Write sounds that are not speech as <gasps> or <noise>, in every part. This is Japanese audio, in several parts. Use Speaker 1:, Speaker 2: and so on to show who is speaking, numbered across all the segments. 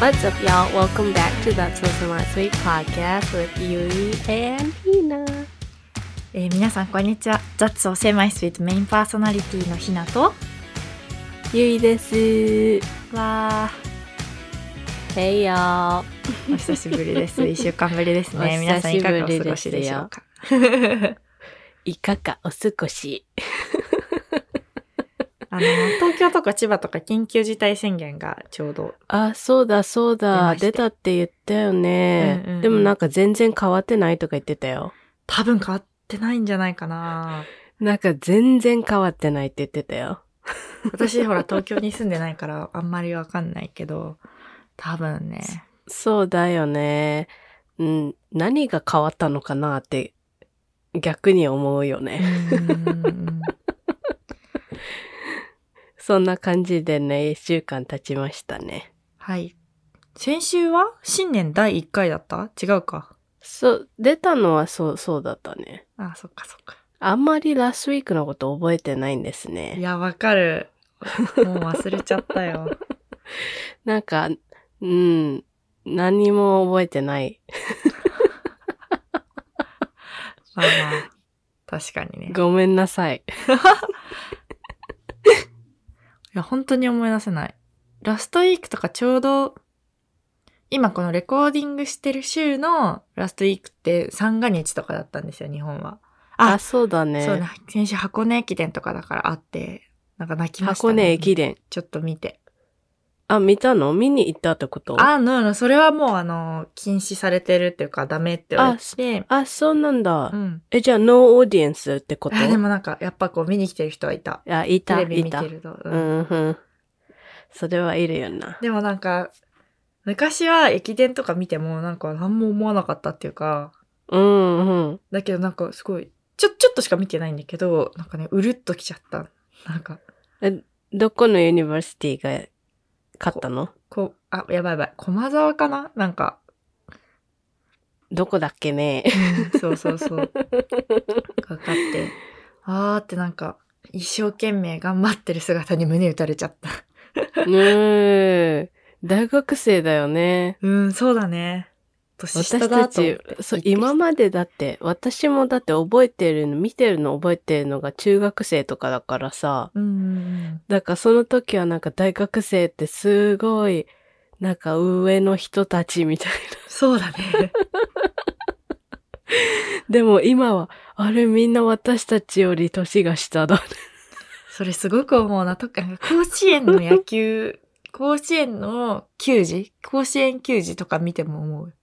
Speaker 1: What's up, y'all? Welcome back to That's What's in My Sweet podcast with Yui and Hina.
Speaker 2: えー、皆さんこんにちは雑を狭いスイートメインパーソナリティのひなと
Speaker 1: Yui です。
Speaker 2: わ
Speaker 1: Hey, y'all. <laughs>
Speaker 2: ーお久しぶりです一週間ぶりです
Speaker 1: お久し
Speaker 2: ね
Speaker 1: ぶり
Speaker 2: 皆さんいかがお過ごしでしょうか
Speaker 1: いかがお過ごし
Speaker 2: あの東京とか千葉とか緊急事態宣言がちょうど
Speaker 1: あ、そうだそうだ。
Speaker 2: 出まして
Speaker 1: 出たって言ったよね、
Speaker 2: うんうんうん
Speaker 1: でもなんか全然変わってないとか言ってたよ。
Speaker 2: 多分変わってないんじゃないかな
Speaker 1: なんか全然変わってないって言ってたよ。
Speaker 2: 私ほら東京に住んでないからあんまりわかんないけど多
Speaker 1: <laughs>
Speaker 2: 分ね
Speaker 1: そうだよね。うん、何が変わったのかなって逆に思うよ
Speaker 2: う
Speaker 1: <laughs> ね。
Speaker 2: ーん
Speaker 1: そんな感じでね、一週間経ちましたね。
Speaker 2: はい先週は新年第一回だった違うか
Speaker 1: そう、出たのはそう、そうだったね。
Speaker 2: あそっかそっか
Speaker 1: あんまりラストウィークのこと覚えてないんです
Speaker 2: い
Speaker 1: ね。
Speaker 2: やわかるもう忘れちゃったよ
Speaker 1: <laughs> なんか、うん、何も覚えてない。
Speaker 2: まあまあ、確かにね。い
Speaker 1: ごめんなさい。
Speaker 2: や、本当に思い出せない。ラストウィークとかちょうど、今このレコーディングしてる週のラストウィークって三が日とかだったんですよ、日本は。
Speaker 1: あ、
Speaker 2: あ
Speaker 1: そうだね。
Speaker 2: そうだ、先週箱根駅伝とかだからあって、なんか泣きました、
Speaker 1: 箱
Speaker 2: ね。
Speaker 1: 根駅伝。
Speaker 2: ちょっと見て。
Speaker 1: あ、見たの見に行ったってこと
Speaker 2: あ、のの、それはもうあの、禁止されてるっていうかダメって言われて、
Speaker 1: あ、そうなんだ。
Speaker 2: うん。
Speaker 1: え、じゃあ、ノーオーディエンスってこと
Speaker 2: あでもなんか、やっぱこう見に来てる人はいた。
Speaker 1: あ、い
Speaker 2: テ
Speaker 1: た、
Speaker 2: レビ
Speaker 1: い
Speaker 2: 見
Speaker 1: た
Speaker 2: て。ると。
Speaker 1: う
Speaker 2: うん
Speaker 1: ん、うん。それはいるよな。
Speaker 2: でもなんか、昔は駅伝とか見てもなんか何も思わなかったっていうか、
Speaker 1: うん、うん。
Speaker 2: だけどなんかすごい、ちょ、ちょっとしか見てないんだけど、なんかね、うるっときちゃった。なんか、
Speaker 1: どこのユニバーシティが勝ったの
Speaker 2: こう、あ、やばいやばい、駒沢かななんか、
Speaker 1: どこだっけね。
Speaker 2: そうそうそう。かかって、あーってなんか、一生懸命頑張ってる姿に胸打たれちゃった。
Speaker 1: ねえ。大学生だよね。
Speaker 2: うん、そうだね。年下
Speaker 1: 私た
Speaker 2: だと思っ
Speaker 1: ち
Speaker 2: て。、
Speaker 1: そう、
Speaker 2: びっくりした
Speaker 1: 今までだって、私もだって覚えてるの、見てるの覚えてるのが中学生とかだからさ、
Speaker 2: うんうん
Speaker 1: だからその時はなんか大学生ってすごい、なんか上の人たちみたい
Speaker 2: うん。そうだね。
Speaker 1: な。 <laughs> でも今は、あれみんな私たちより年が下だ。
Speaker 2: それすごく思うな。とか、甲子園の野
Speaker 1: <laughs>
Speaker 2: 球、甲子園の球児甲子園球児とか見ても思う。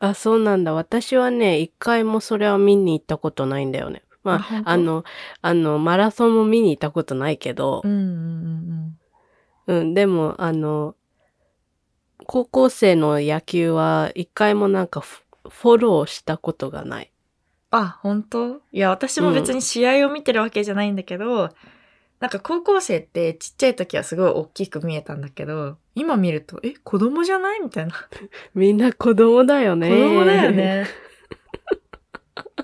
Speaker 1: あ、そうなんだ。私はね、一回もそれは見に行ったことないんだよね。
Speaker 2: あ
Speaker 1: ま
Speaker 2: 本
Speaker 1: あ、
Speaker 2: 当
Speaker 1: あの、あの、マラソンも見に行ったことないけど、
Speaker 2: うんうん
Speaker 1: うん、でも、あの、高校生の野球は一回もなんかフフォローしたことがない。
Speaker 2: あ、本当いや、私も別に試合を見てるわけじゃないんだけど、なんか高校生ってちっちゃい時はすごい大きく見えたんだけど、今見ると、え、子供じゃないみたいな。
Speaker 1: みんな子供だよ
Speaker 2: 子
Speaker 1: ね。
Speaker 2: 供だよ。ね。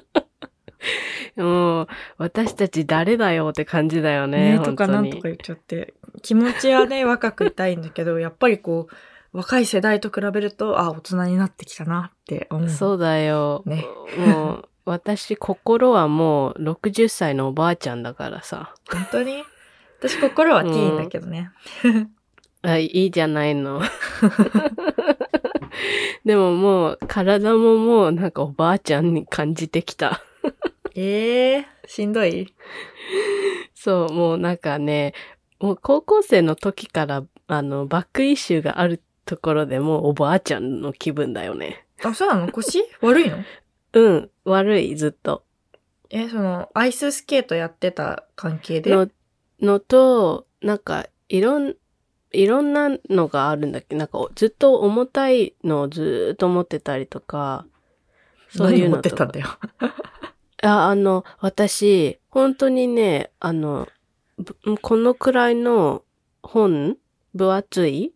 Speaker 1: <laughs> もう、私たち誰だよって感じだよね。
Speaker 2: ね
Speaker 1: 本
Speaker 2: とか
Speaker 1: 当
Speaker 2: なん
Speaker 1: に
Speaker 2: とか言っちゃって。気持ち
Speaker 1: <laughs>
Speaker 2: はね、若くいたいんだけど、やっぱりこう、若い世代と比べると、あ、大人になってきたなって思う。
Speaker 1: そうだよ。
Speaker 2: ね
Speaker 1: もう、私、心はもう60歳のおばあちゃんだからさ。
Speaker 2: 本当に私心はティーンだけどね。
Speaker 1: あいいじゃない
Speaker 2: <laughs>
Speaker 1: の。 <laughs> でももう、体ももうなんかおばあちゃんに感じてきた。
Speaker 2: ええー、しんどい
Speaker 1: そう、もうなんかね、もう高校生の時から、あの、バックイシューがあるところでもうおばあちゃんの気分だよね。
Speaker 2: あ、そうなの腰悪いの
Speaker 1: うん、悪い、ずっと。
Speaker 2: え、その、アイススケートやってた関係で。
Speaker 1: の、のと、なんか、いろん、いろんなのがあるんだっけなんか、おずっと重たいのをずーっと持ってたりとか、そういう
Speaker 2: 何持
Speaker 1: の
Speaker 2: って
Speaker 1: と
Speaker 2: た
Speaker 1: か
Speaker 2: ん。だよ。
Speaker 1: あ、あの、私、本当にね、あの、ぶこのくらいの本、分厚い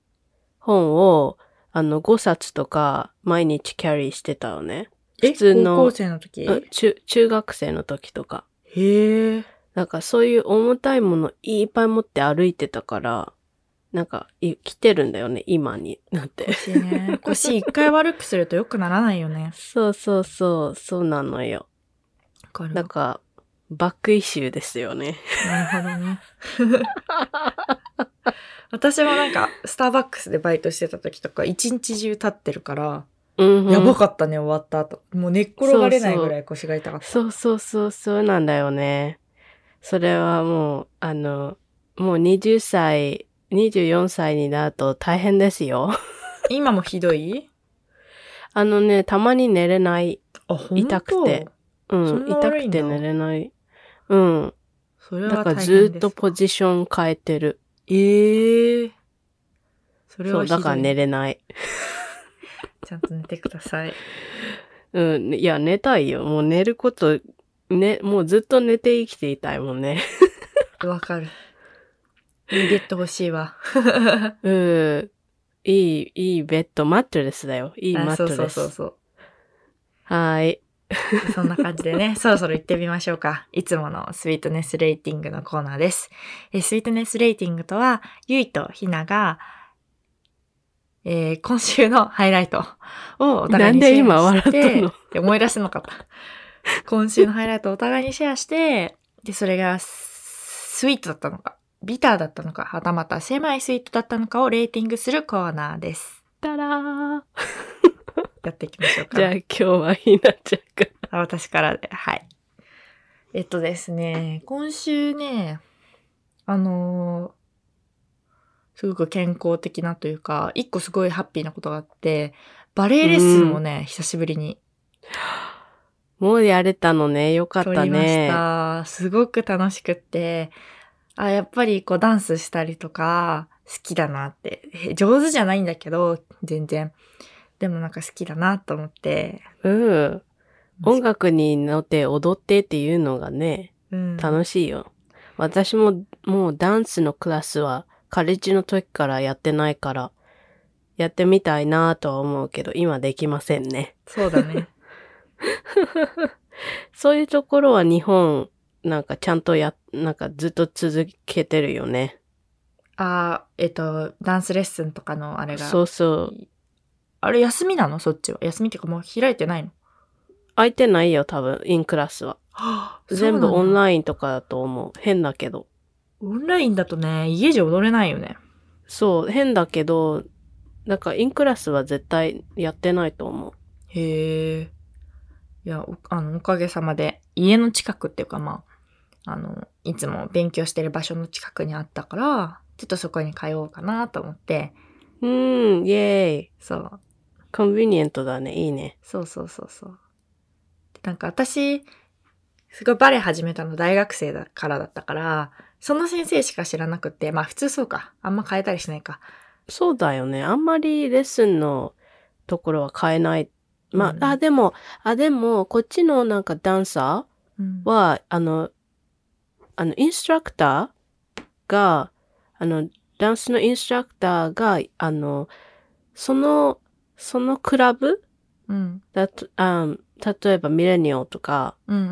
Speaker 1: 本を、あの、5冊とか毎日キャリーしてたのね。
Speaker 2: え、
Speaker 1: 普通の
Speaker 2: 高校生の時
Speaker 1: う中、中学生の時とか。
Speaker 2: へえ。
Speaker 1: なんかそういう重たいものいっぱい持って歩いてたから、なんか、い来てるんだよね、今になって。
Speaker 2: 腰ね。腰一回悪くすると良くならないよね。
Speaker 1: <laughs> そうそうそう、そうなのよ。
Speaker 2: わかる
Speaker 1: なんか、バックイシューですよね。
Speaker 2: なるほどね。 <laughs> 私もなんか、スターバックスでバイトしてた時とか、一日中立ってるから、
Speaker 1: うんうん
Speaker 2: やばかったね、終わった後。もう寝っ転がれないぐらい腰が痛かった。
Speaker 1: そうそうそう、そうなんだよね。それはもう、あの、もう20歳、24歳になると大変ですよ。 <laughs>
Speaker 2: 今もひどい
Speaker 1: あのね、たまに寝れない。
Speaker 2: あ、ほ
Speaker 1: 痛くて。う
Speaker 2: そ
Speaker 1: ん、
Speaker 2: んな
Speaker 1: 痛
Speaker 2: 悪い
Speaker 1: く
Speaker 2: んだ
Speaker 1: て寝れない。うん。
Speaker 2: それ
Speaker 1: だ
Speaker 2: は
Speaker 1: か
Speaker 2: 大変
Speaker 1: ら
Speaker 2: です。
Speaker 1: ずっとポジション変えてる。
Speaker 2: ええそれ
Speaker 1: そ
Speaker 2: は
Speaker 1: う、
Speaker 2: ひどい
Speaker 1: だから寝れない。
Speaker 2: ちゃんと寝てください。
Speaker 1: うん、いや、寝たいよ。もう寝ること、ね、もうずっと寝て生きていたいもん
Speaker 2: <laughs>
Speaker 1: ね。
Speaker 2: わか
Speaker 1: <laughs>
Speaker 2: る。逃げてほしいわ。
Speaker 1: うん。いい、いいベッド、マットレスだよ。いいマッ
Speaker 2: あそ
Speaker 1: トレ
Speaker 2: う
Speaker 1: ス。
Speaker 2: そうそうそう。
Speaker 1: はーい。
Speaker 2: そんな感じでね、 <laughs> そろそろ行ってみましょうか。いつものスイートネスレーティングのコーナーです。えースイートネスレーティングとは、ゆいとひなが、えー今週のハイライトをお互いにシェ
Speaker 1: なん
Speaker 2: アして。
Speaker 1: で今笑ったの
Speaker 2: で思い出せなかった。今週のハイライトをお互いにシェアして、で、それがススイートだったのか、ビターだったのか、はたまた狭いスイートだったのかをレーティングするコーナーです。
Speaker 1: たらー。
Speaker 2: やっていきましょうか。 <laughs>
Speaker 1: じゃあ今日はひなちゃんが。
Speaker 2: あ私からで、はい。えっとですね、今週ね、あのーすごく健康的なというか、一個すごいハッピーなことがあって、バレエレッスンをね、久しぶりに
Speaker 1: もうやれたのね。よかっ
Speaker 2: 撮
Speaker 1: た
Speaker 2: りまし
Speaker 1: ね。
Speaker 2: た。すごく楽しくって、あ、やっぱりこうダンスしたりとか、好きだなって。へ上手じゃないんだけど、全然。でもなんか好きだなと思って。
Speaker 1: うん。音楽に乗って踊ってっていうのがね、
Speaker 2: うん、
Speaker 1: 楽しいよ。私ももうダンスのクラスはカレッジの時からやってないから、やってみたいなぁとは思うけど、今できませんね。
Speaker 2: そうだね。
Speaker 1: そういうところは日本、なんかちゃんとや、なんかずっと続けてるよね。
Speaker 2: あーえっと、ダンスレッスンとかのあれが。
Speaker 1: そうそう。
Speaker 2: あれ休みなのそっちは。休みっていうかもう開いてないの。
Speaker 1: 空いてないよ、多分、インクラスは。 <gasps> 全部オン
Speaker 2: イン。
Speaker 1: ラインとかだと思う。変だけど。
Speaker 2: オンラインだとね、家じゃ踊れないよね。
Speaker 1: そう、変だけど、なんかインクラスは絶対やってないと思う。
Speaker 2: へえ。いや、おあの、おかげさまで、家の近くっていうかまあ、あの、いつも勉強してる場所の近くにあったから、ちょっとそこに通おうかなと思って、
Speaker 1: うーん、イェーイ。
Speaker 2: そう、
Speaker 1: コンビニエントだね、いいね。
Speaker 2: そうそうそうそう。でなんか私、すごいバレエ始めたの大学生だからだったから、その先生しか知らなくて、まあ普通そうか。あんま変えたりしないか。
Speaker 1: そうだよね。あんまりレッスンのところは変えない。まあ、
Speaker 2: うん
Speaker 1: あ、でも、あ、でも、こっちのなんかダンサ
Speaker 2: うん
Speaker 1: ーは、あの、あの、インストラクターが、あの、ダンスのインストラクターが、あの、その、そのクラブ
Speaker 2: うん。
Speaker 1: だと、あ例えばミレニオとか、
Speaker 2: うんうん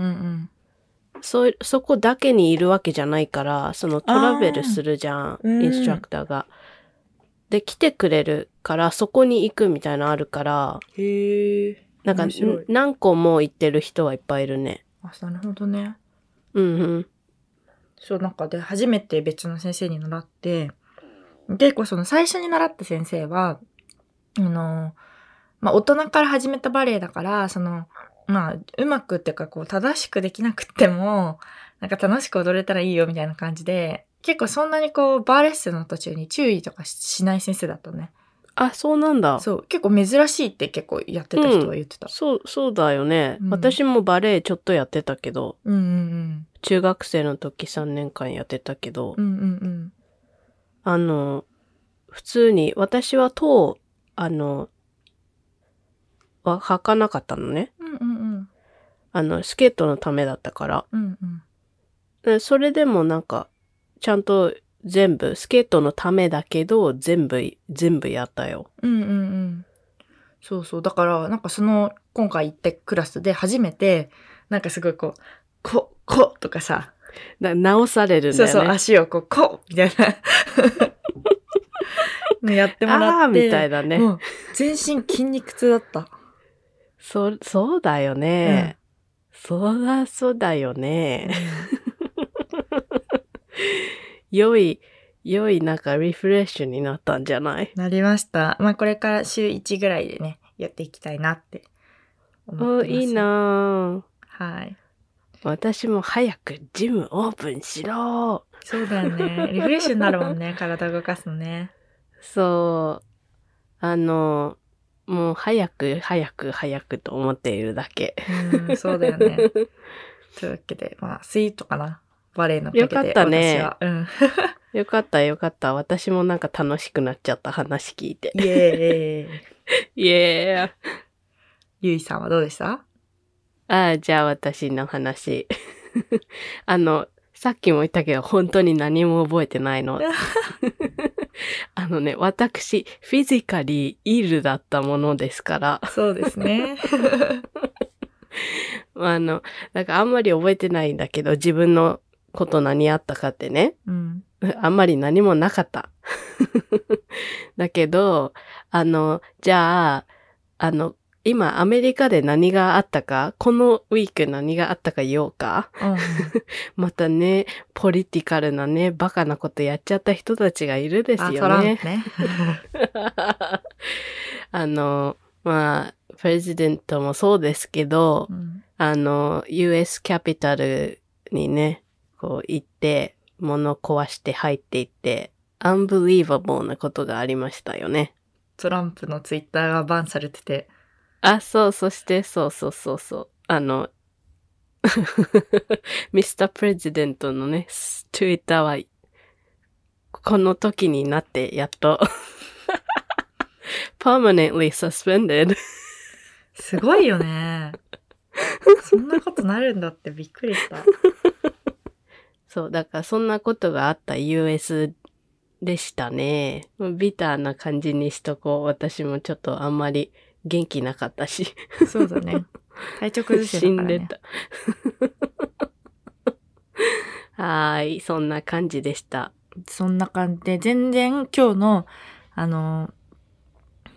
Speaker 2: うん。
Speaker 1: そう、そこだけにいるわけじゃないから、そのトラベルするじゃ、
Speaker 2: あーうんん
Speaker 1: インストラクターが。で、来てくれるから、そこに行くみたいなのあるから、
Speaker 2: へえ。
Speaker 1: なんか
Speaker 2: 面白い、
Speaker 1: 何個も行ってる人はいっぱいいるね。
Speaker 2: あ、なるほどね。
Speaker 1: うんうん。
Speaker 2: そう、なんかで、初めて別の先生に習って、で、こうその最初に習った先生は、あの、まあ、大人から始めたバレエだから、その、まあ、うまくっていうか、こう、正しくできなくっても、なんか楽しく踊れたらいいよみたいな感じで、結構そんなにこう、バーレッスンの途中に注意とかししない先生だったのね。
Speaker 1: あ、そうなんだ。そ
Speaker 2: そう、結構珍しいって結構やってた人は言ってた。
Speaker 1: う、そうだよね。
Speaker 2: うん
Speaker 1: 私もバレエちょっとやってたけど、
Speaker 2: うんうん
Speaker 1: 中学生の時3年間やってたけど、
Speaker 2: うん。うんうんうん。
Speaker 1: あの、普通に、私は塔、あの、は履かなかったのね。
Speaker 2: うんうんうん。
Speaker 1: あの、スケートのためだったから。
Speaker 2: うんうん。
Speaker 1: でそれでもなんか、ちゃんと全部、スケートのためだけど、全部、全部やったよ。
Speaker 2: うんうんうん。そうそう。だから、なんかその、今回行ったクラスで初めて、なんかすごいこう、こ、ことかさ、
Speaker 1: な直されるんだ
Speaker 2: そ
Speaker 1: よ
Speaker 2: う
Speaker 1: ね。
Speaker 2: <laughs> そう、足をこう、こみたいな。のやっても
Speaker 1: あ
Speaker 2: ら
Speaker 1: あ、
Speaker 2: って。
Speaker 1: みたいなね。
Speaker 2: もう全身筋肉痛だった。
Speaker 1: そ、そうだよね。そりゃそうだよね。良い、良いなんかリフレッシュになったんじゃない
Speaker 2: なりました。まあこれから週1ぐらいでね、やっていきたいなって思って
Speaker 1: うん、
Speaker 2: ます。
Speaker 1: いい。なぁ
Speaker 2: はい。
Speaker 1: 私も早くジムオープンしろ
Speaker 2: そうだよね。リフレッシュになるもんね、体動かすのね。
Speaker 1: そう。あの、もう早く早く早くと思っているだけ。
Speaker 2: うん、そうだよね。というわけで、まあ、スイートかな。バレエのおかげで。
Speaker 1: よかったね
Speaker 2: 私は。うん。
Speaker 1: よかったよかった。私もなんか楽しくなっちゃった話聞いて。
Speaker 2: イエ <laughs> ーイ。
Speaker 1: イエーイ
Speaker 2: ゆいさんはどうでした
Speaker 1: ああ、じゃあ私の話。 <laughs> あの、さっきも言ったけど、本当に何も覚えてない
Speaker 2: <laughs>
Speaker 1: の。あのね、私、フィジカリーイルだったものですから、
Speaker 2: そうですね。
Speaker 1: あの、なんかあんまり覚えてないんだけど、自分のこと何あったかってね、
Speaker 2: <laughs>
Speaker 1: <laughs>
Speaker 2: うん。
Speaker 1: あんまり何もなかった。 <laughs> だけど、あの、じゃあ、あの、今アメリカで何があったか、このウィーク何があったか言おうか。
Speaker 2: うん
Speaker 1: またね、ポリティカルなね、バカなことやっちゃった人たちがいるです
Speaker 2: あ、ト
Speaker 1: よ
Speaker 2: ラン
Speaker 1: ね。
Speaker 2: プね。
Speaker 1: あの、まあ、プレジデントもそうですけど
Speaker 2: う、ん
Speaker 1: あの、US キャピタルにね、こう行って、物壊して入っていって、アンブリーバボーなことがありましたよね。
Speaker 2: トランプのツイッターがバンされてて。
Speaker 1: あ、そう、そして、そうそうそうそう。あの、 <laughs> ミスタープレジデントのね、ツイッターは、この時になって、やっと、permanently suspended。
Speaker 2: すごいよ <laughs> ね。そんなことなるんだってびっくりした。
Speaker 1: そう、だからそんなことがあった US でしたね。ビターな感じにしとこう。私もちょっとあんまり元気なかったし。
Speaker 2: そうだね。体調崩して
Speaker 1: 死
Speaker 2: た
Speaker 1: ん
Speaker 2: から
Speaker 1: で
Speaker 2: ね。
Speaker 1: た。 <laughs> はーい、そんな感じでした。
Speaker 2: そんな感じで、全然今日の、あの、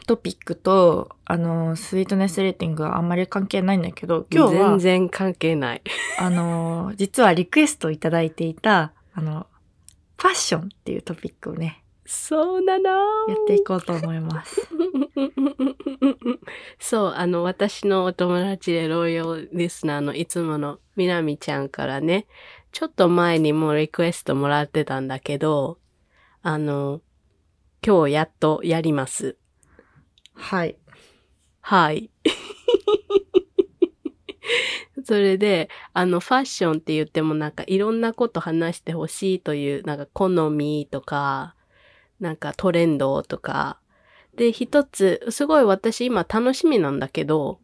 Speaker 2: トピックと、あの、スイートネスレーティングはあんまり関係ないんだけど、今日は
Speaker 1: 全、然関係ない。
Speaker 2: あの、実はリクエストをいただいていた、あの、ファッションっていうトピックをね、
Speaker 1: そうなの
Speaker 2: やっていこうと思います。
Speaker 1: そう、あの、私のお友達でロイヤルリスナーのいつものみなみちゃんからね、ちょっと前にもうリクエストもらってたんだけど、あの、今日やっとやります。
Speaker 2: はい。
Speaker 1: はい。 <laughs> それで、あの、ファッションって言ってもなんかいろんなこと話してほしいという、なんか好みとか、なんかトレンドとか。で、一つ、すごい私今楽しみなんだけど、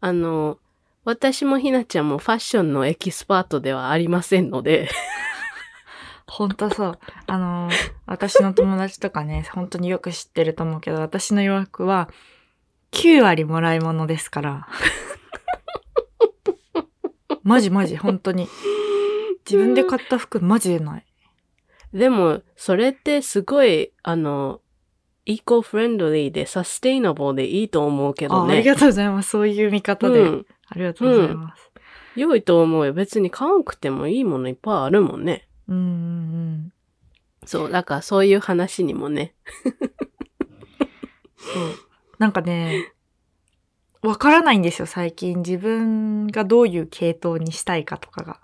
Speaker 1: あの、私もひなちゃんもファッションのエキスパートではありませんので、 <laughs>
Speaker 2: ほんとそう。あの、私の友達とかね、本当によく知ってると思うけど、私の洋服は、9割もらい物ですから。 <laughs> マジマジ、本当に。自分で買った服、マジでない。
Speaker 1: でも、それってすごい、あの、イコフレンドリーでサステイナブルでいいと思うけど
Speaker 2: あ
Speaker 1: ね。
Speaker 2: ありがとうございます。そういう見方で。
Speaker 1: うん
Speaker 2: ありがとうございます。
Speaker 1: 良いと思うよ。別に買わんくてもいいものいっぱいあるもんね。
Speaker 2: うん、うん、うん。
Speaker 1: そう、だからそういう話にもね。
Speaker 2: そう。なんかね、わからないんですよ、最近。自分がどういう系統にしたいかとかが。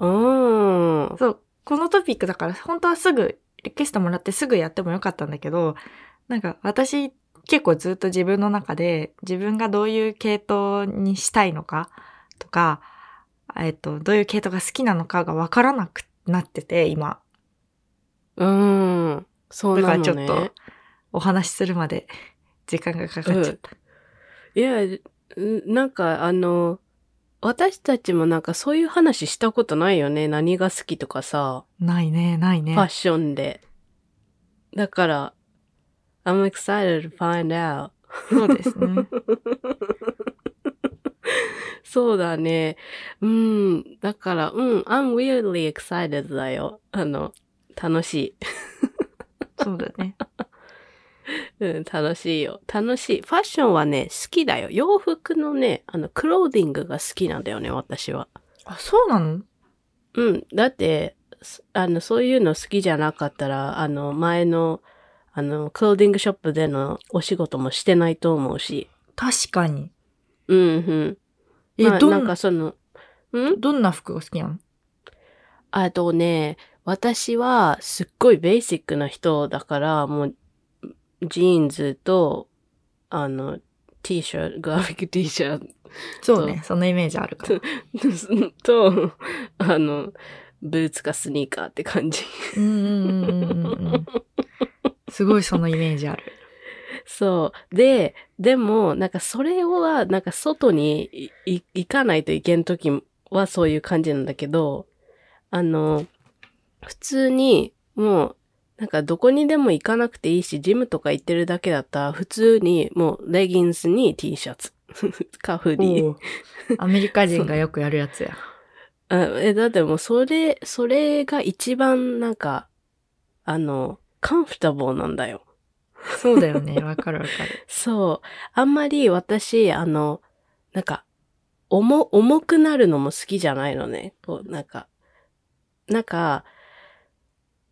Speaker 1: うーん。
Speaker 2: そう、このトピックだから、本当はすぐ、リクエストもらってすぐやってもよかったんだけど、なんか私、結構ずっと自分の中で、自分がどういう系統にしたいのかとか、えっと、どういう系統が好きなのかがわからなくなってて、今。
Speaker 1: うーん。そう
Speaker 2: だか
Speaker 1: な
Speaker 2: らち
Speaker 1: の
Speaker 2: ょ
Speaker 1: ね。
Speaker 2: っと、お話しするまで、時間がかかっちゃった。
Speaker 1: いや、んなんかあの、私たちもなんかそういう話したことないよね。何が好きとかさ、
Speaker 2: ないね、ないね
Speaker 1: ファ。ッションで。だから、I'm excited to find out.
Speaker 2: そうですね。
Speaker 1: そうだね。うん。だから、うん。I'm weirdly excited だよ。あの、楽しい。
Speaker 2: そうだね。
Speaker 1: うん、楽しいよ。楽しい。ファッションはね、好きだよ。洋服のね、あの、クローディングが好きなんだよね、私は。
Speaker 2: あ、そうなの
Speaker 1: うん。だって、すあの、そういうの好きじゃなかったら、あの、前の、あの、クローディングショップでのお仕事もしてないと思うし。
Speaker 2: 確かに。
Speaker 1: うん、うん。
Speaker 2: え、
Speaker 1: まあ、
Speaker 2: ど
Speaker 1: なんん
Speaker 2: な
Speaker 1: か、その、うん
Speaker 2: どんな服が好きなの
Speaker 1: あとね、私はすっごいベーシックな人だから、もう、ジーンズと、あの、T シャツ、グラフィック T シャ
Speaker 2: そうね、そのイメージあるから。
Speaker 1: ツ <laughs> と、あの、ブーツかスニーカーって感じ。 <laughs>
Speaker 2: うんうんうんうんうんうん。すごいそのイメージある。
Speaker 1: そう。で、でも、なんかそれは、なんか外にいい行かないといけんときはそういう感じなんだけど、あの、普通に、もう、なんかどこにでも行かなくていいし、ジムとか行ってるだけだったら、普通にもうレギンスに T シャツ、 <laughs> カフリー。
Speaker 2: おうアメリカ人がよくやるやつや。
Speaker 1: あえ、だってもうそれ、それが一番なんか、あの、カンフタボーなんだよ。
Speaker 2: そうだよ
Speaker 1: <laughs>
Speaker 2: ね、わかるわかる。
Speaker 1: そう。あんまり私、あの、なんか、重、重くなるのも好きじゃないのね。こう、なんか、なんか、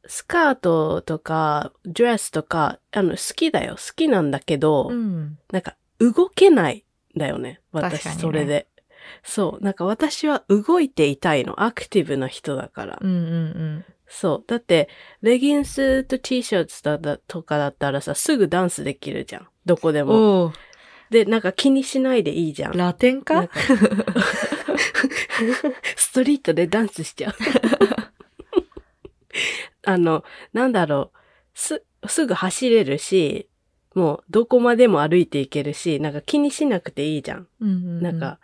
Speaker 1: スカートとか、ドレスとか、あの、好きだよ。好きなんだけど、
Speaker 2: うん。
Speaker 1: なんか、動けないんだよね。
Speaker 2: 確かに
Speaker 1: 私、
Speaker 2: ね
Speaker 1: それで。そう。なんか私は動いていたいの。アクティブな人だから。
Speaker 2: うんうん
Speaker 1: そう。だって、レギンスと T シャツだだとかだったらさ、すぐダンスできるじゃん。どこで
Speaker 2: うん。
Speaker 1: も。
Speaker 2: おう
Speaker 1: で、なんか気にしないでいいじゃん。
Speaker 2: ラテン
Speaker 1: なん
Speaker 2: <laughs> か
Speaker 1: かストリートでダンスしちゃう。あの、なんだろう。す、すぐ走れるし、もうどこまでも歩いていけるし、なんか気にしなくていいじゃん。
Speaker 2: うんうん。
Speaker 1: なんか、、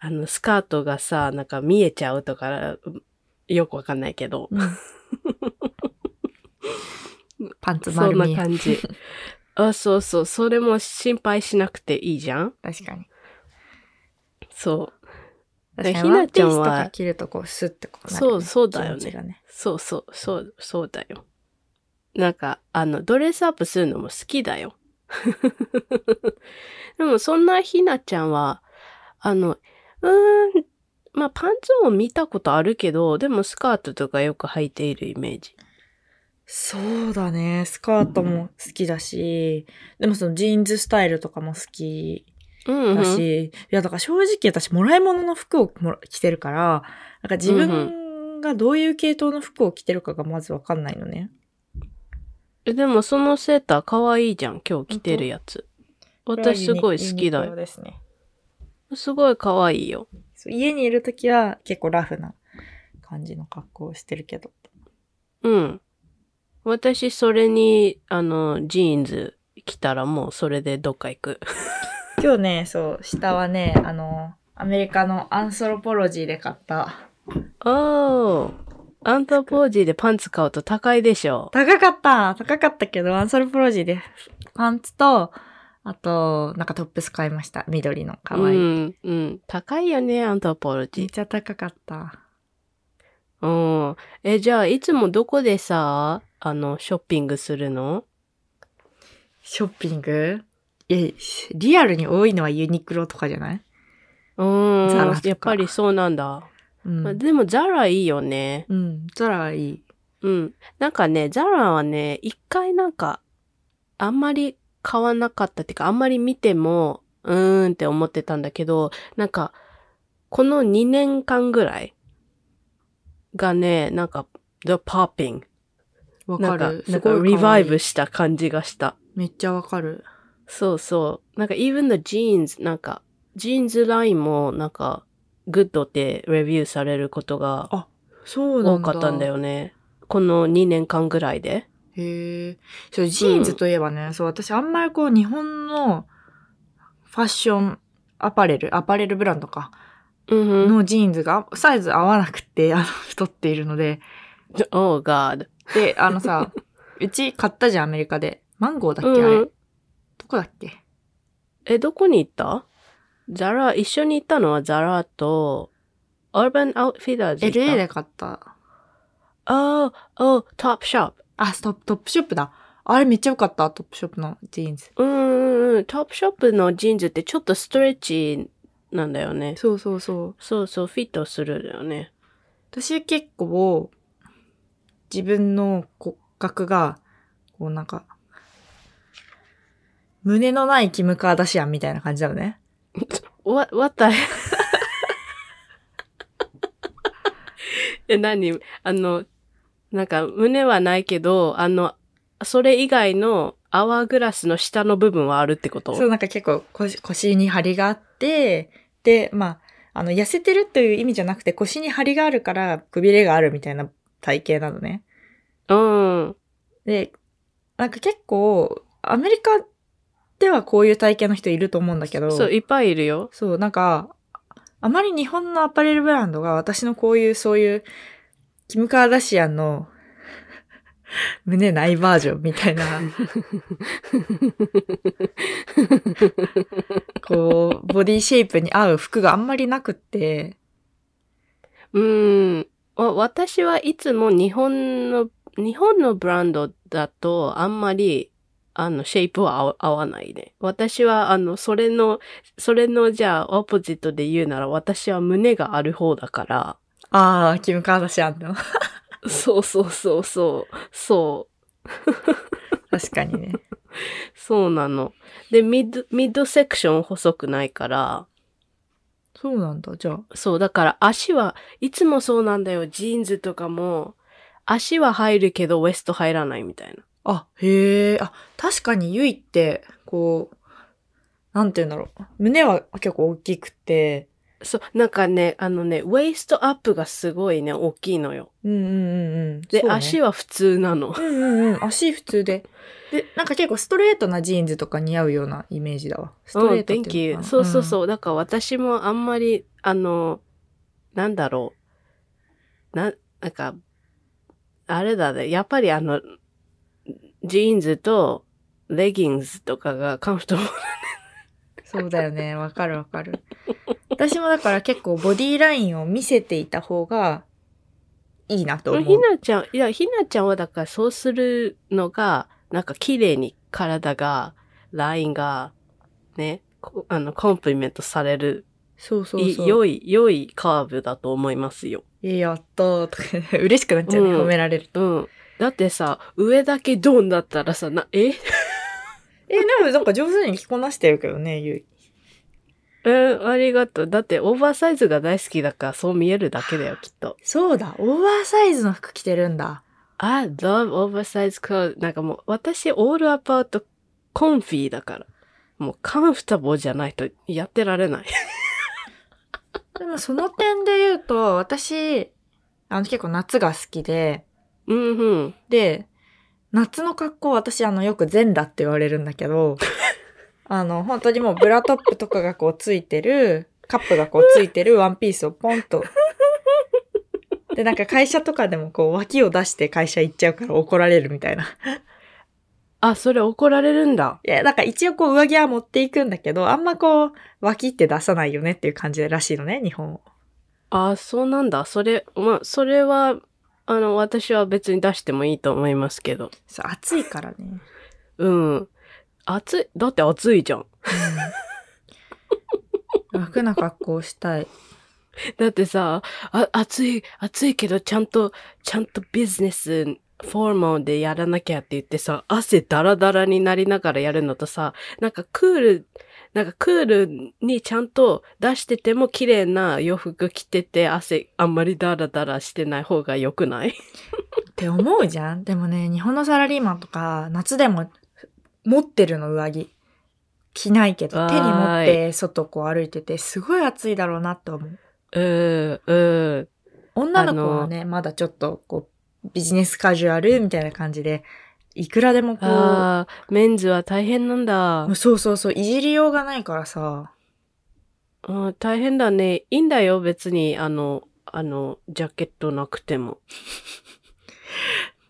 Speaker 1: あの、スカートがさ、なんか見えちゃうとか、よくわかんないけど。
Speaker 2: うん、パンツ
Speaker 1: そ
Speaker 2: 丸
Speaker 1: んな
Speaker 2: 見え。
Speaker 1: 感じ。 <laughs> あ、そうそう。それも心配しなくていいじゃん。
Speaker 2: 確かに。
Speaker 1: そう。
Speaker 2: 確か
Speaker 1: ひ
Speaker 2: に、ワン
Speaker 1: な
Speaker 2: ピ
Speaker 1: ちゃ
Speaker 2: ー
Speaker 1: んは
Speaker 2: スとか着るとこう、スッてこうなる、
Speaker 1: そうそうだよね
Speaker 2: 気持ちがね。
Speaker 1: そうそう、そう、そうだよ。なんか、あの、ドレスアップするのも好きだよ。 <laughs> でも、そんなひなちゃんは、あの、うーん、まあ、パンツも見たことあるけど、でもスカートとかよく履いているイメージ。
Speaker 2: そうだね。スカートも好きだし、でもそのジーンズスタイルとかも好き
Speaker 1: うん、う
Speaker 2: だし、
Speaker 1: ん。
Speaker 2: いや、だから正直私、もらい物の服をもら着てるから、なんか自分がどういう系統の服を着てるかがまずわかんないのね。
Speaker 1: えでも、そのセーター可愛いじゃん、今日着てるやつ。私すごい好きだ
Speaker 2: ユニクロ
Speaker 1: よ。
Speaker 2: ですね
Speaker 1: すごい可愛いよ。
Speaker 2: そう家にいるときは結構ラフな感じの格好をしてるけど。
Speaker 1: うん。私、それに、あの、ジーンズ着たらもうそれでどっか行く。
Speaker 2: 今日ね、そう、下はね、あの、アメリカのアンソロポロジーで買った。
Speaker 1: おー。アントポージーでパンツ買うと高いでしょ。
Speaker 2: 高かった高かったけど、アンソロポロジーでパンツと、あと、なんかトップス買いました。緑の。かわいい。
Speaker 1: うん、うん。高いよね、アントポー
Speaker 2: めっ
Speaker 1: ジ
Speaker 2: ちゃ高かった。
Speaker 1: ー。うん。え、じゃあ、いつもどこでさ、あの、ショッピングするの
Speaker 2: ショッピングいや、リアルに多いのはユニクロとかじゃない
Speaker 1: うん
Speaker 2: ザラと。か
Speaker 1: やっぱりそうなんだ。
Speaker 2: う
Speaker 1: まあ
Speaker 2: ん。
Speaker 1: でも、ザラいいよね。
Speaker 2: うん。ザラはいい。
Speaker 1: うん。なんかね、ザラはね、一回なんか、あんまり買わなかったっていうか、あんまり見ても、うーんって思ってたんだけど、なんか、この2年間ぐらいがね、なんか、the popping。
Speaker 2: わ
Speaker 1: な
Speaker 2: か
Speaker 1: んか
Speaker 2: る。、
Speaker 1: なん
Speaker 2: す
Speaker 1: か
Speaker 2: ごい可愛い
Speaker 1: リバイブした感じがした。
Speaker 2: めっちゃわかる。
Speaker 1: そうそう。なんか、even the jeans、なんか、ジーンズラインも、なんか、グッドってレビューされることが
Speaker 2: あ、そうな
Speaker 1: 多
Speaker 2: んだ。
Speaker 1: かったんだ。よね。この2年間ぐらいで。
Speaker 2: へえ。そう、ジーンズといえばね、そう、私あんまりこう、日本のファッション、アパレル、アパレルブランドか、
Speaker 1: うんうん。
Speaker 2: のジーンズがサイズ合わなくて、あの、太っているので、
Speaker 1: Oh god.
Speaker 2: で、あの
Speaker 1: <laughs>
Speaker 2: さ、うち買ったじゃん、アメリカで。マンゴーだっけ、
Speaker 1: うん
Speaker 2: あ
Speaker 1: う
Speaker 2: れ
Speaker 1: ん。
Speaker 2: どこだっけ
Speaker 1: え、どこに行ったザラ、一緒に行ったのはザラと、アーバンアウトフィダーズ行った。
Speaker 2: ?LA で買った。
Speaker 1: ああ、ああ、トップショップ。
Speaker 2: あ、ストップ、トップショップだ。あれめっちゃ良かった、トップショップのジーンズ。
Speaker 1: うんうんうん。トップショップのジーンズってちょっとストレッチなんだよね。
Speaker 2: そうそうそう。
Speaker 1: そうそう、フィットするんだよね。
Speaker 2: 私結構、自分の骨格が、こうなんか、胸のないキム・カーダシアンみたいな感じだよね。
Speaker 1: わ、わた <laughs> え、何あの、なんか胸はないけど、あの、それ以外のアワーグラスの下の部分はあるってこと
Speaker 2: そう、なんか結構腰腰に張りがあって、で、まあ、あの、痩せてるという意味じゃなくて腰に張りがあるからくびれがあるみたいな体型なのね。
Speaker 1: うん。
Speaker 2: で、なんか結構、アメリカではこういう体型の人いると思うんだけど。
Speaker 1: そう、いっぱいいるよ。
Speaker 2: そう、なんか、あまり日本のアパレルブランドが私のこういう、そういう、キム・カーダシアンの胸ないバージョンみたいな、こう、ボディシェイプに合う服があんまりなくって、
Speaker 1: うん。わ私はいつも日本の、日本のブランドだとあんまり、あの、シェイプは合わ合わないね。私は、あの、それの、それの、じゃあ、オポジットで言うなら、私は胸がある方だから。
Speaker 2: ああ、キム・カーダシアンの。
Speaker 1: そうそうそうそう。そう。
Speaker 2: 確かにね。
Speaker 1: そうなの。で、ミッド、ミッドセクション細くないから、
Speaker 2: そうなんだ、じゃあ。
Speaker 1: そう、だから足はいつもそうなんだよ。ジーンズとかも、足は入るけどウエスト入らないみたいな。
Speaker 2: あ、へえ、あ、確かにユイって、こう、なんて言うんだろう。胸は結構大きくて、
Speaker 1: そう、なんかね、あのね、ウエストアップがすごいね、大きいのよ。
Speaker 2: うんうんうんうん。
Speaker 1: で、
Speaker 2: そうね
Speaker 1: 足は普通なの。
Speaker 2: うんうんうん。足普通で。で、なんか結構ストレートなジーンズとか似合うようなイメージだわ。ストレート
Speaker 1: うん、
Speaker 2: ってい
Speaker 1: thank
Speaker 2: う
Speaker 1: you.
Speaker 2: のかな
Speaker 1: そうそうそう。だから私もあんまり、あの、なんだろう。な、なんか、あれだね。やっぱりあの、ジーンズとレギンズとかがカンフト
Speaker 2: うんそうだよね。わかるわかる。私もだから結構ボディラインを見せていた方がいいなと思う。
Speaker 1: ひなちゃん、いや、ひなちゃんはだからそうするのが、なんか綺麗に体が、ラインが、ね、こあの、コンプリメントされる
Speaker 2: そうそうそう。
Speaker 1: い良い、良いカーブだと思いますよ。
Speaker 2: いややったーとか、 <laughs> ね、嬉しくなっちゃうね。
Speaker 1: うん
Speaker 2: 褒められると。
Speaker 1: うん。だってさ、上だけドンだったらさ、な、え <laughs> え
Speaker 2: え、でもなんか上手に着こなしてるけどね、ゆい。
Speaker 1: ーありがとう。だってオーバーサイズが大好きだからそう見えるだけだよ、きっと。
Speaker 2: そうだ。オーバーサイズの服着てるんだ。
Speaker 1: I love oversized clothes. なんかもう、私、オールアパートコンフィーだから。もう、カンフタボーじゃないとやってられない。
Speaker 2: でもその点で言うと、私、あの結構夏が好きで、
Speaker 1: うんうん。
Speaker 2: で、夏の格好私あのよく全裸って言われるんだけど、あの本当にもうブラトップとかがこうついてる、カップがこうついてるワンピースをポンと。で、なんか会社とかでもこう脇を出して会社行っちゃうから怒られるみたいな。い
Speaker 1: あ、それ怒られるんだ。
Speaker 2: や、なんか一応こう上着は持っていくんだけど、あんまこう脇って出さないよねっていう感じらしいのね、日本を。
Speaker 1: あ、そうなんだ。それ、まあ、それは、あの、私は別に出してもいいと思いますけど。
Speaker 2: そう、暑いからね。
Speaker 1: うん。暑い。だって暑いじゃん。
Speaker 2: うん楽な格好をしたい。
Speaker 1: だってさ、あ、暑い、暑いけど、ちゃんと、ちゃんとビジネス、フォーマルでやらなきゃって言ってさ、汗ダラダラになりながらやるのとさ、なんかクール、なんかクールにちゃんと出してても綺麗な洋服着てて、汗あんまりダラダラしてない方が良くない
Speaker 2: って思うじゃんでもね、日本のサラリーマンとか、夏でも持ってるの上着。着ないけど、
Speaker 1: わー
Speaker 2: 手
Speaker 1: い
Speaker 2: に持って外こう歩いてて、すごい暑いだろうなって思う。
Speaker 1: うん、うん。
Speaker 2: 女の子はね、まだちょっとこう、ビジネスカジュアルみたいな感じで、いくらでもこう、
Speaker 1: ああ、メンズは大変なんだ
Speaker 2: もう。そうそうそう、いじりようがないからさ。
Speaker 1: うん、大変だね。いいんだよ、別に、あの、あの、ジャケットなくても。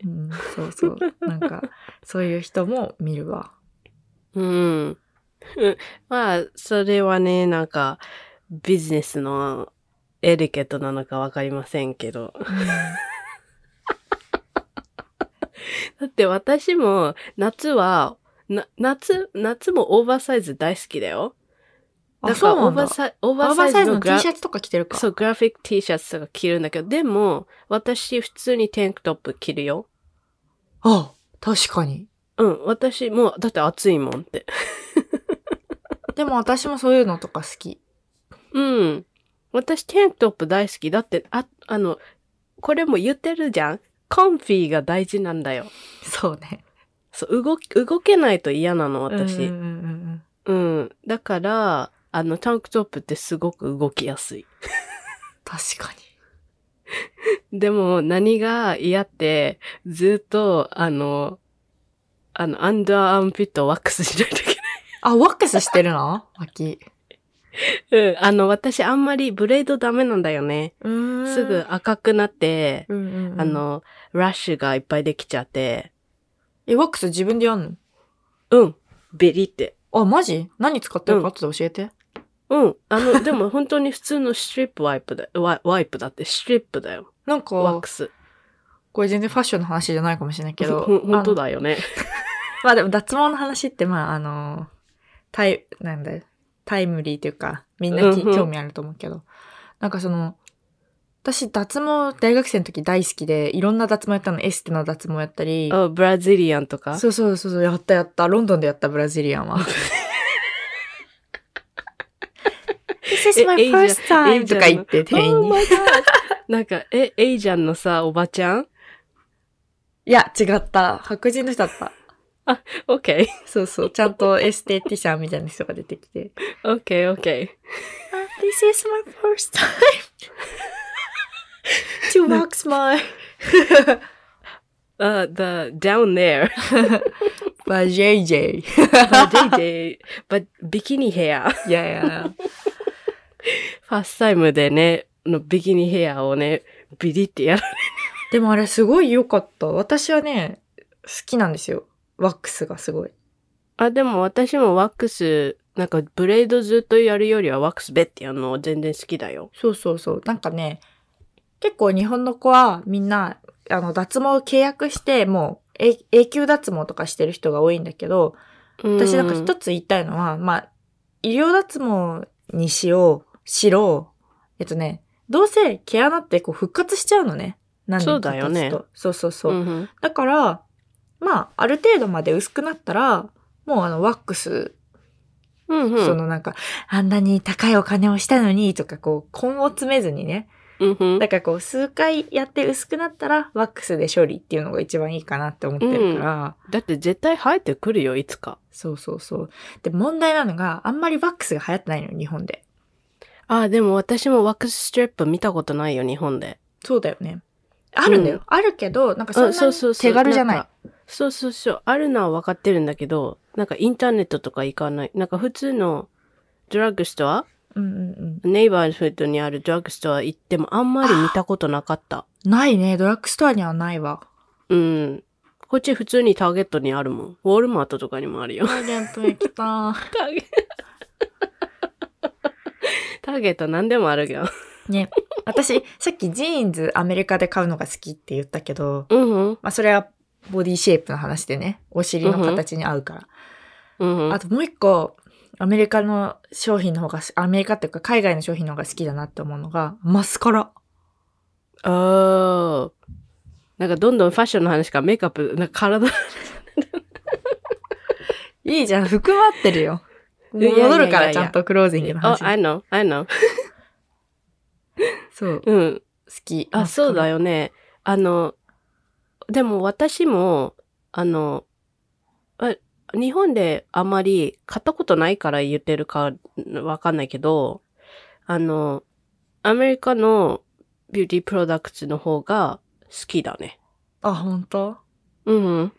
Speaker 2: うん、そうそう。
Speaker 1: <laughs>
Speaker 2: なんか、そういう人も見るわ。
Speaker 1: うん。うんまあ、それはね、なんか、ビジネスのエリケットなのかわかりませんけど。 <laughs> だって私も夏は、な夏、夏もオーバーサイズ大好きだよ。だからオーバーサイオー
Speaker 2: オ
Speaker 1: バー
Speaker 2: ーバー
Speaker 1: サ
Speaker 2: サ
Speaker 1: イズ
Speaker 2: イズ
Speaker 1: の
Speaker 2: の
Speaker 1: グラ
Speaker 2: T シャツとか着てるか。
Speaker 1: そう、グラフィック T シャツとか着るんだけど、でも、私普通にテンクトップ着るよ。
Speaker 2: あ、確かに。
Speaker 1: うん、私もう、だって暑いもんって。
Speaker 2: でも私もそういうのとか好き。
Speaker 1: うん。私テンクトップ大好き。だって、あ、あの、これも言ってるじゃん。コンフィーが大事なんだよ。
Speaker 2: そうね。
Speaker 1: そう、動き、動けないと嫌なの、私。
Speaker 2: うんうんうんうん
Speaker 1: うん。だから、あの、タンクトップってすごく動きやすい。
Speaker 2: 確かに。
Speaker 1: でも、何が嫌って、ずっと、あの、あの、アンダーアームピットをワックスしないといけ
Speaker 2: あ、ワックスしてる <laughs> の脇。
Speaker 1: ない。うん。あの、私あんまりブレードダメなんだよね。
Speaker 2: うーん
Speaker 1: すぐ、赤くなって、
Speaker 2: うんうんうん
Speaker 1: あ、の、ラッシュがいっぱいできちゃって、
Speaker 2: え、ワックス自分でやんの
Speaker 1: うん。ベリって。
Speaker 2: あ、マジ何使ってるか後で教えて。
Speaker 1: うん。あ
Speaker 2: <laughs>
Speaker 1: の、でも本当に普通のストリップワイプだ、ワイワイプだって、ストリップだよ。
Speaker 2: なんか、
Speaker 1: ワックス。
Speaker 2: これ全然ファッションの話じゃないかもしれないけど。
Speaker 1: ほん本当
Speaker 2: あの。
Speaker 1: だよね。
Speaker 2: <laughs> まあでも脱毛の話って、まああの、タイ、なんだよタイムリーというか、みんなき、
Speaker 1: うんうん
Speaker 2: 興味あると思うけど。なんかその、私脱毛大学生の時大好きで、いろんな脱毛やったの、エステの脱毛やったり。
Speaker 1: あブラジリアンとか。
Speaker 2: そうそうそうそう、やったやった。ロンドンでやった、ブラジリアン
Speaker 1: <laughs>
Speaker 2: は。This is my
Speaker 1: え
Speaker 2: first
Speaker 1: エイ
Speaker 2: time!
Speaker 1: ジャ
Speaker 2: と
Speaker 1: ン
Speaker 2: か言って、店員
Speaker 1: Oh
Speaker 2: に。
Speaker 1: my god <laughs> なんか、え、エイジャンのさ、おばちゃん
Speaker 2: いや、違った。白人の人だった。
Speaker 1: ?OK。
Speaker 2: そうそう、ちゃんとエステティシャンみたいな人が出てきて。
Speaker 1: OK, OK.
Speaker 2: This is my first time <laughs> to wax my
Speaker 1: あ、the, down
Speaker 2: <laughs>
Speaker 1: there.
Speaker 2: by <laughs> JJ.
Speaker 1: But JJ, but ビキニヘア。フ
Speaker 2: いやいや。
Speaker 1: ァーストタイムでね、のビキニヘアをね、ビリってやる。
Speaker 2: でもあれすごい良かった。私はね、好きなんですよ。ワックスがすごい。
Speaker 1: あ、でも私もワックス、なんかブレードずっとやるよりはワックスベってやるの全然好きだよ。
Speaker 2: そうそうそう。なんかね、結構日本の子はみんな、あの、脱毛を契約して、もうえ永久脱毛とかしてる人が多いんだけど、私なんか一つ言いたいのは、まあ、医療脱毛にしよう、しろう。えっとね、どうせ毛穴ってこう復活しちゃうのね。何年
Speaker 1: そ
Speaker 2: か経つと
Speaker 1: うだよね。
Speaker 2: そうそうそうう。
Speaker 1: ん
Speaker 2: だから、まあ、ある程度まで薄くなったら、もうあの、ワックス、
Speaker 1: うん。うんうん。
Speaker 2: そのなんか、あんなに高いお金をしたのに、とか、こう、根を詰めずにね。
Speaker 1: うんうん
Speaker 2: だからこう、数回やって薄くなったら、ワックスで処理っていうのが一番いいかなって思ってるから、
Speaker 1: だって絶対生えてくるよ、いつか。
Speaker 2: そうそうそう。で、問題なのが、あんまりワックスが流行ってないのよ、日本で。
Speaker 1: あ、でも私もワックスストリップ見たことないよ、日本で。
Speaker 2: そうだよね。あるんだよ。
Speaker 1: うん
Speaker 2: あるけど、なんかそん
Speaker 1: あ
Speaker 2: な
Speaker 1: そうそう
Speaker 2: に
Speaker 1: そう
Speaker 2: 手軽じゃない。
Speaker 1: んかそうそうそう。あるのは分かってるんだけど、なんかインターネットとか行かない。なんか普通のドラッグストア
Speaker 2: うんうん
Speaker 1: ネイバーフッドにあるドラッグストア行ってもあんまり見たことなかった。
Speaker 2: うん。ないね。ドラッグストアにはないわ。
Speaker 1: うん。こっち普通にターゲットにあるもん。ウォルマートとかにもある
Speaker 2: <laughs>
Speaker 1: よ。
Speaker 2: ターゲットに来た。
Speaker 1: ターゲット。ターゲット何でもあるけど。
Speaker 2: <laughs> ね。私、さっきジーンズアメリカで買うのが好きって言ったけど、
Speaker 1: うんうん。
Speaker 2: まあそれはボディシェイプの話でね。お尻の形に合うから。
Speaker 1: うんうん。
Speaker 2: あともう一個、アメリカの商品の方が、アメリカっていうか海外の商品の方が好きだなって思うのが、マスカラ。
Speaker 1: あーなんかどんどんファッションの話からメイクアップ、なんか体
Speaker 2: いいじゃん、含まってるよ。
Speaker 1: いやいやいやいや
Speaker 2: 戻るから、ちゃんとクロージングの
Speaker 1: あ、
Speaker 2: 話。
Speaker 1: I know, I know.
Speaker 2: そう、好
Speaker 1: うん。
Speaker 2: き。
Speaker 1: あ、そうだ
Speaker 2: よ。
Speaker 1: よね。あの、でも私も、あの、あ日本であまり買ったことないから言ってるかわかんないけど、あの、アメリカのビューティープロダクツの方が好きだね。
Speaker 2: あ、本当
Speaker 1: うんうん。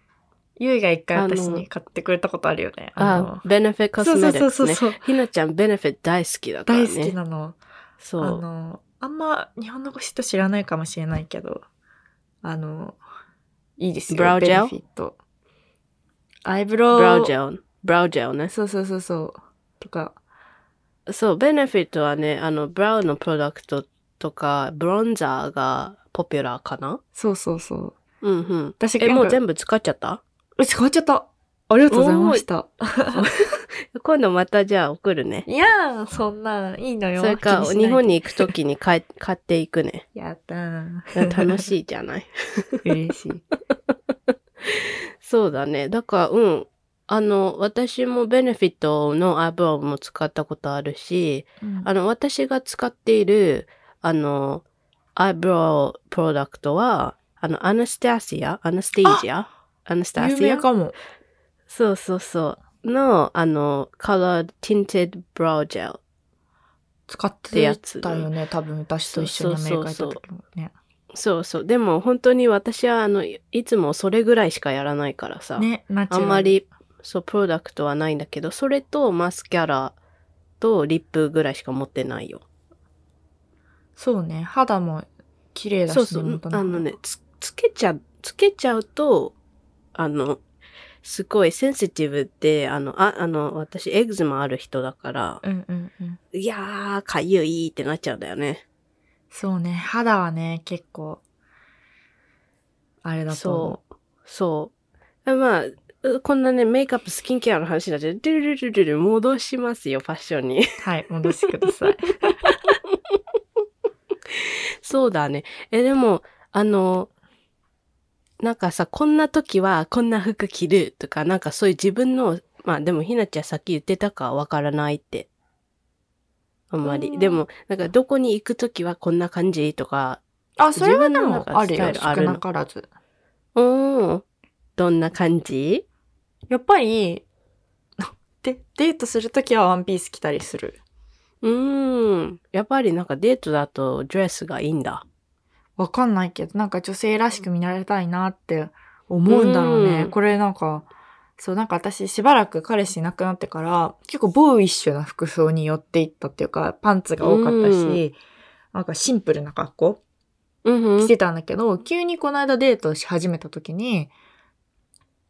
Speaker 2: ゆいが一回
Speaker 1: あの
Speaker 2: 私に買ってくれたことあるよね。
Speaker 1: あ、ベネフィット
Speaker 2: の
Speaker 1: コスメティ
Speaker 2: そう
Speaker 1: クス
Speaker 2: そうそう
Speaker 1: ね。
Speaker 2: そう。
Speaker 1: ひなちゃん、ベネフィット大好きだからね。
Speaker 2: 大好きなの。あ
Speaker 1: そう。
Speaker 2: の、あんま日本のご人知らないかもしれないけど、あの、いいですよ。
Speaker 1: ブラウジェル
Speaker 2: ベネフィット。アイブロウ。
Speaker 1: ブラウジェル、ブラウジェルね。
Speaker 2: そうそうそうそう。とか、
Speaker 1: そう、ベネフィットはね、あの、ブラウンのプロダクトとか、ブロンザーがポピュラーかな
Speaker 2: そうそうそう。
Speaker 1: うんうん。
Speaker 2: 私
Speaker 1: え、もう
Speaker 2: 部。
Speaker 1: 全部使っちゃった
Speaker 2: うち変わっちゃった。ありがとうございました。
Speaker 1: 今度またじゃあ送るね。
Speaker 2: いやー、そんな、いいのよ。
Speaker 1: それか、
Speaker 2: 気にしないで
Speaker 1: 日本。に行くときに買い <laughs> 買っていくね。
Speaker 2: やったー。
Speaker 1: 楽しいじゃない。
Speaker 2: <laughs> 嬉しい。
Speaker 1: そうだね。だから、うん。あの、私もベネフィットのアイブロウも使ったことあるし、あの、私が使っている、あの、アイブロウプロダクトは、あの、アナスタシア、アナステージア、アナスタ
Speaker 2: 有
Speaker 1: シ
Speaker 2: 名
Speaker 1: ア、
Speaker 2: かも。
Speaker 1: そうそうそう、の、あの、カラーティンテッドブロウジェル。
Speaker 2: 使ってて
Speaker 1: や
Speaker 2: や
Speaker 1: つ
Speaker 2: ったよね。多分私と一緒にアメリカ行った時もね。
Speaker 1: そうそう。でも本当に私は、あの、いいつもそれぐらいしかやらないからさ。
Speaker 2: ね、ナチュラ
Speaker 1: あ
Speaker 2: ル
Speaker 1: んま。り、そう、プロダクトはないんだけど、それとマスキャラとリップぐらいしか持ってないよ。
Speaker 2: そうね。肌も綺麗だし、
Speaker 1: そうそ
Speaker 2: 根
Speaker 1: う
Speaker 2: 元。
Speaker 1: あのね、つ、つけちゃ、つけちゃうと、あの、すごいセンシティブで、あの、あ、あの、私、エグズマある人だから、
Speaker 2: うんうんうん。
Speaker 1: いやー、かゆいってなっちゃうんだよね。
Speaker 2: そうね。肌はね、結構、あれだと思
Speaker 1: そう。そう。まあ、うこんなね、メイクアップ、スキンケアの話だって、ドゥルルルルル戻しますよ、ファッションに。
Speaker 2: う。はい、戻してく
Speaker 1: <laughs>
Speaker 2: ださい。
Speaker 1: そうだね。え、でも、あの、なんかさ、こんな時はこんな服着るとか、なんかそういう自分の、まあでもひなちゃんさっき言ってたかわからないって。あんま
Speaker 2: う
Speaker 1: り。
Speaker 2: ん
Speaker 1: でも、なんかどこに行く時はこんな感じとか、
Speaker 2: あ、それはでも
Speaker 1: 自分の中の
Speaker 2: ある
Speaker 1: スタイ
Speaker 2: よ。
Speaker 1: ル
Speaker 2: 少
Speaker 1: あるの
Speaker 2: なからず。
Speaker 1: うーん、どんな感じ
Speaker 2: やっぱり、 <laughs> で、デートするときはワンピース着たりする。
Speaker 1: うーん。やっぱりなんかデートだとドレスがいいんだ。
Speaker 2: わかんないけど、なんか女性らしく見られたいなって思うんだろうね。
Speaker 1: うん
Speaker 2: これなんか、そう、なんか私しばらく彼氏いなくなってから、結構ボーイッシュな服装に寄っていったっていうか、パンツが多かったし、なんかシンプルな格好
Speaker 1: うんうん、
Speaker 2: してたんだけど、急にこの間デートし始めた時に、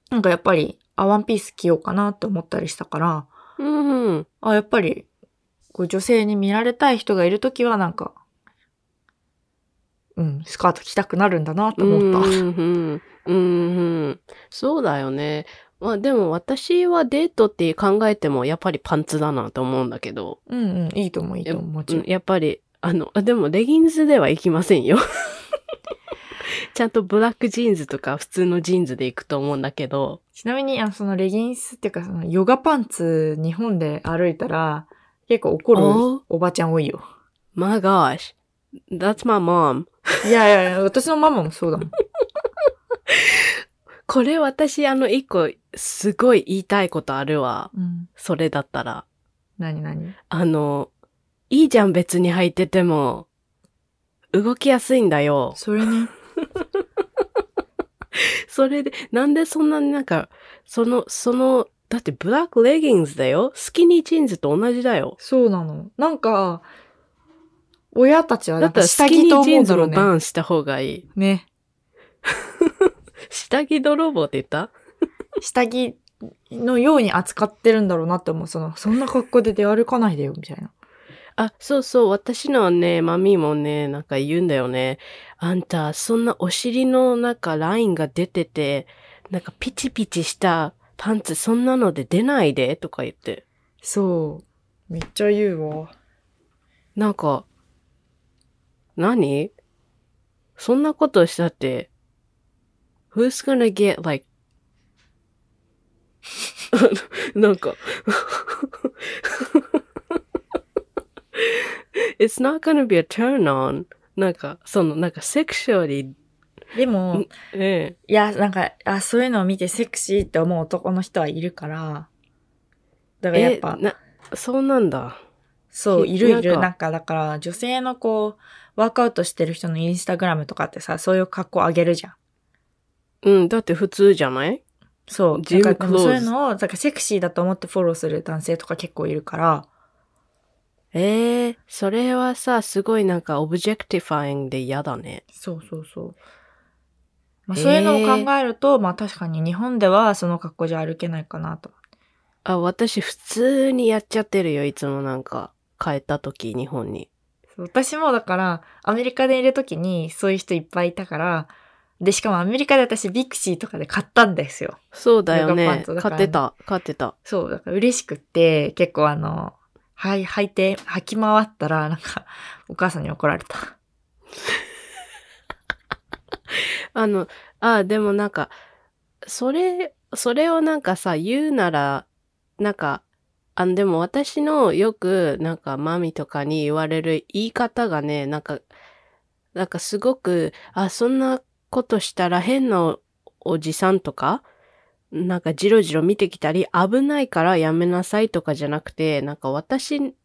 Speaker 2: なんかやっぱり、あ、ワンピース着ようかなって思ったりしたから、
Speaker 1: うんうん。
Speaker 2: あ、やっぱり、こう女性に見られたい人がいるときはなんか、うん、スカート着たくなるんだなと思った。
Speaker 1: うんうん、うんうん。そうだよね。まあでも私はデートって考えてもやっぱりパンツだなと思うんだけど、
Speaker 2: うんうん、いいと思う、いいと思う、もち
Speaker 1: う
Speaker 2: ろ
Speaker 1: ん
Speaker 2: ん。
Speaker 1: やっぱり、あの、 <laughs> あでもレギンスでは行きませんよ。 <laughs> ちゃんとブラックジーンズとか普通のジーンズで行くと思うんだけど、
Speaker 2: ちなみに、あの、そのレギンスっていうか、そのヨガパンツ、日本で歩いたら、結構怒る
Speaker 1: お
Speaker 2: おばちゃん多いよ。
Speaker 1: My gosh, that's my mom.
Speaker 2: いやいやいや、私のママもそうだもん。
Speaker 1: これ私あの一個すごい言いたいことあるわ。
Speaker 2: うん。
Speaker 1: それだったら。
Speaker 2: 何何
Speaker 1: あの、いいじゃん別に履いてても。動きやすいんだよ。
Speaker 2: それね。
Speaker 1: それで、なんでそんなになんか、その、その、だってブラックレギンズだよスキニージーンズと同じだよ。
Speaker 2: そうなの。なんか、親たちは
Speaker 1: だ
Speaker 2: な
Speaker 1: っ
Speaker 2: ん
Speaker 1: た
Speaker 2: から
Speaker 1: ス
Speaker 2: 下
Speaker 1: キ
Speaker 2: 着
Speaker 1: ニ
Speaker 2: と
Speaker 1: ージー
Speaker 2: 思う
Speaker 1: ン
Speaker 2: んだ
Speaker 1: ズ
Speaker 2: ろう
Speaker 1: の
Speaker 2: ね。
Speaker 1: バンした方がいい。
Speaker 2: ね。
Speaker 1: 下着泥棒って言った
Speaker 2: 下着のように扱ってるんだろうなって思う。その、そんな格好で出歩かないでよ、みたいな。
Speaker 1: あ、そうそう、私のはね、マミーもね、なんか言うんだよね。あんた、そんなお尻のなんかラインが出てて、なんかピチピチしたパンツそんなので出ないでとか言って。
Speaker 2: そう。めっちゃ言うわ。
Speaker 1: なんか、何そんなことしたって、who's gonna get like, <laughs> なんか it's not gonna be a turn on. なんか、その、なんかセクシュアリー、
Speaker 2: でも、
Speaker 1: ええ、
Speaker 2: いや、なんか、あ、そういうのを見てセクシーって思う男の人はいるから、だからやっ
Speaker 1: え、
Speaker 2: ぱ、
Speaker 1: な、そうなんだ。
Speaker 2: そう、
Speaker 1: ひ
Speaker 2: いるい
Speaker 1: な
Speaker 2: る。
Speaker 1: んか
Speaker 2: なんか、だから、女性のこう、ワークアウトしてる人のインスタグラムとかってさ、そういう格好あげるじゃん。
Speaker 1: うん、だって普通じゃない
Speaker 2: そう。
Speaker 1: ジム
Speaker 2: だから
Speaker 1: クローズ
Speaker 2: そういうのを、だからセクシーだと思ってフォローする男性とか結構いるから、
Speaker 1: ええそれはさ、すごいなんかオブジェクティファイングで嫌だね。
Speaker 2: そうそうそう。まあ、
Speaker 1: へー
Speaker 2: そういうのを考えると、まあ確かに日本ではその格好じゃ歩けないかなと。
Speaker 1: あ、私普通にやっちゃってるよ、いつもなんか。帰った時、日本に。
Speaker 2: そう私もだから、アメリカでいるときにそういう人いっぱいいたから、で、しかもアメリカで私、ビクシーとかで買ったんですよ。
Speaker 1: そうだよ
Speaker 2: ヨガパン
Speaker 1: ね。
Speaker 2: ツだか
Speaker 1: 買
Speaker 2: ら
Speaker 1: っ
Speaker 2: ね
Speaker 1: てた。買ってた。
Speaker 2: そう、だから嬉しくって、結構あの、はい、履いて、履き回ったら、なんか、お母さんに怒られた。
Speaker 1: あの、あ、でもなんか、それ、それをなんかさ、言うなら、なんか、あでも私のよく、なんか、マミとかに言われる言い方がね、なんか、なんかすごく、あ、そんなことしたら変なおおじさんとか、なんかジロジロ見てきたり、危ないからやめなさいとかじゃなくて、なんか私、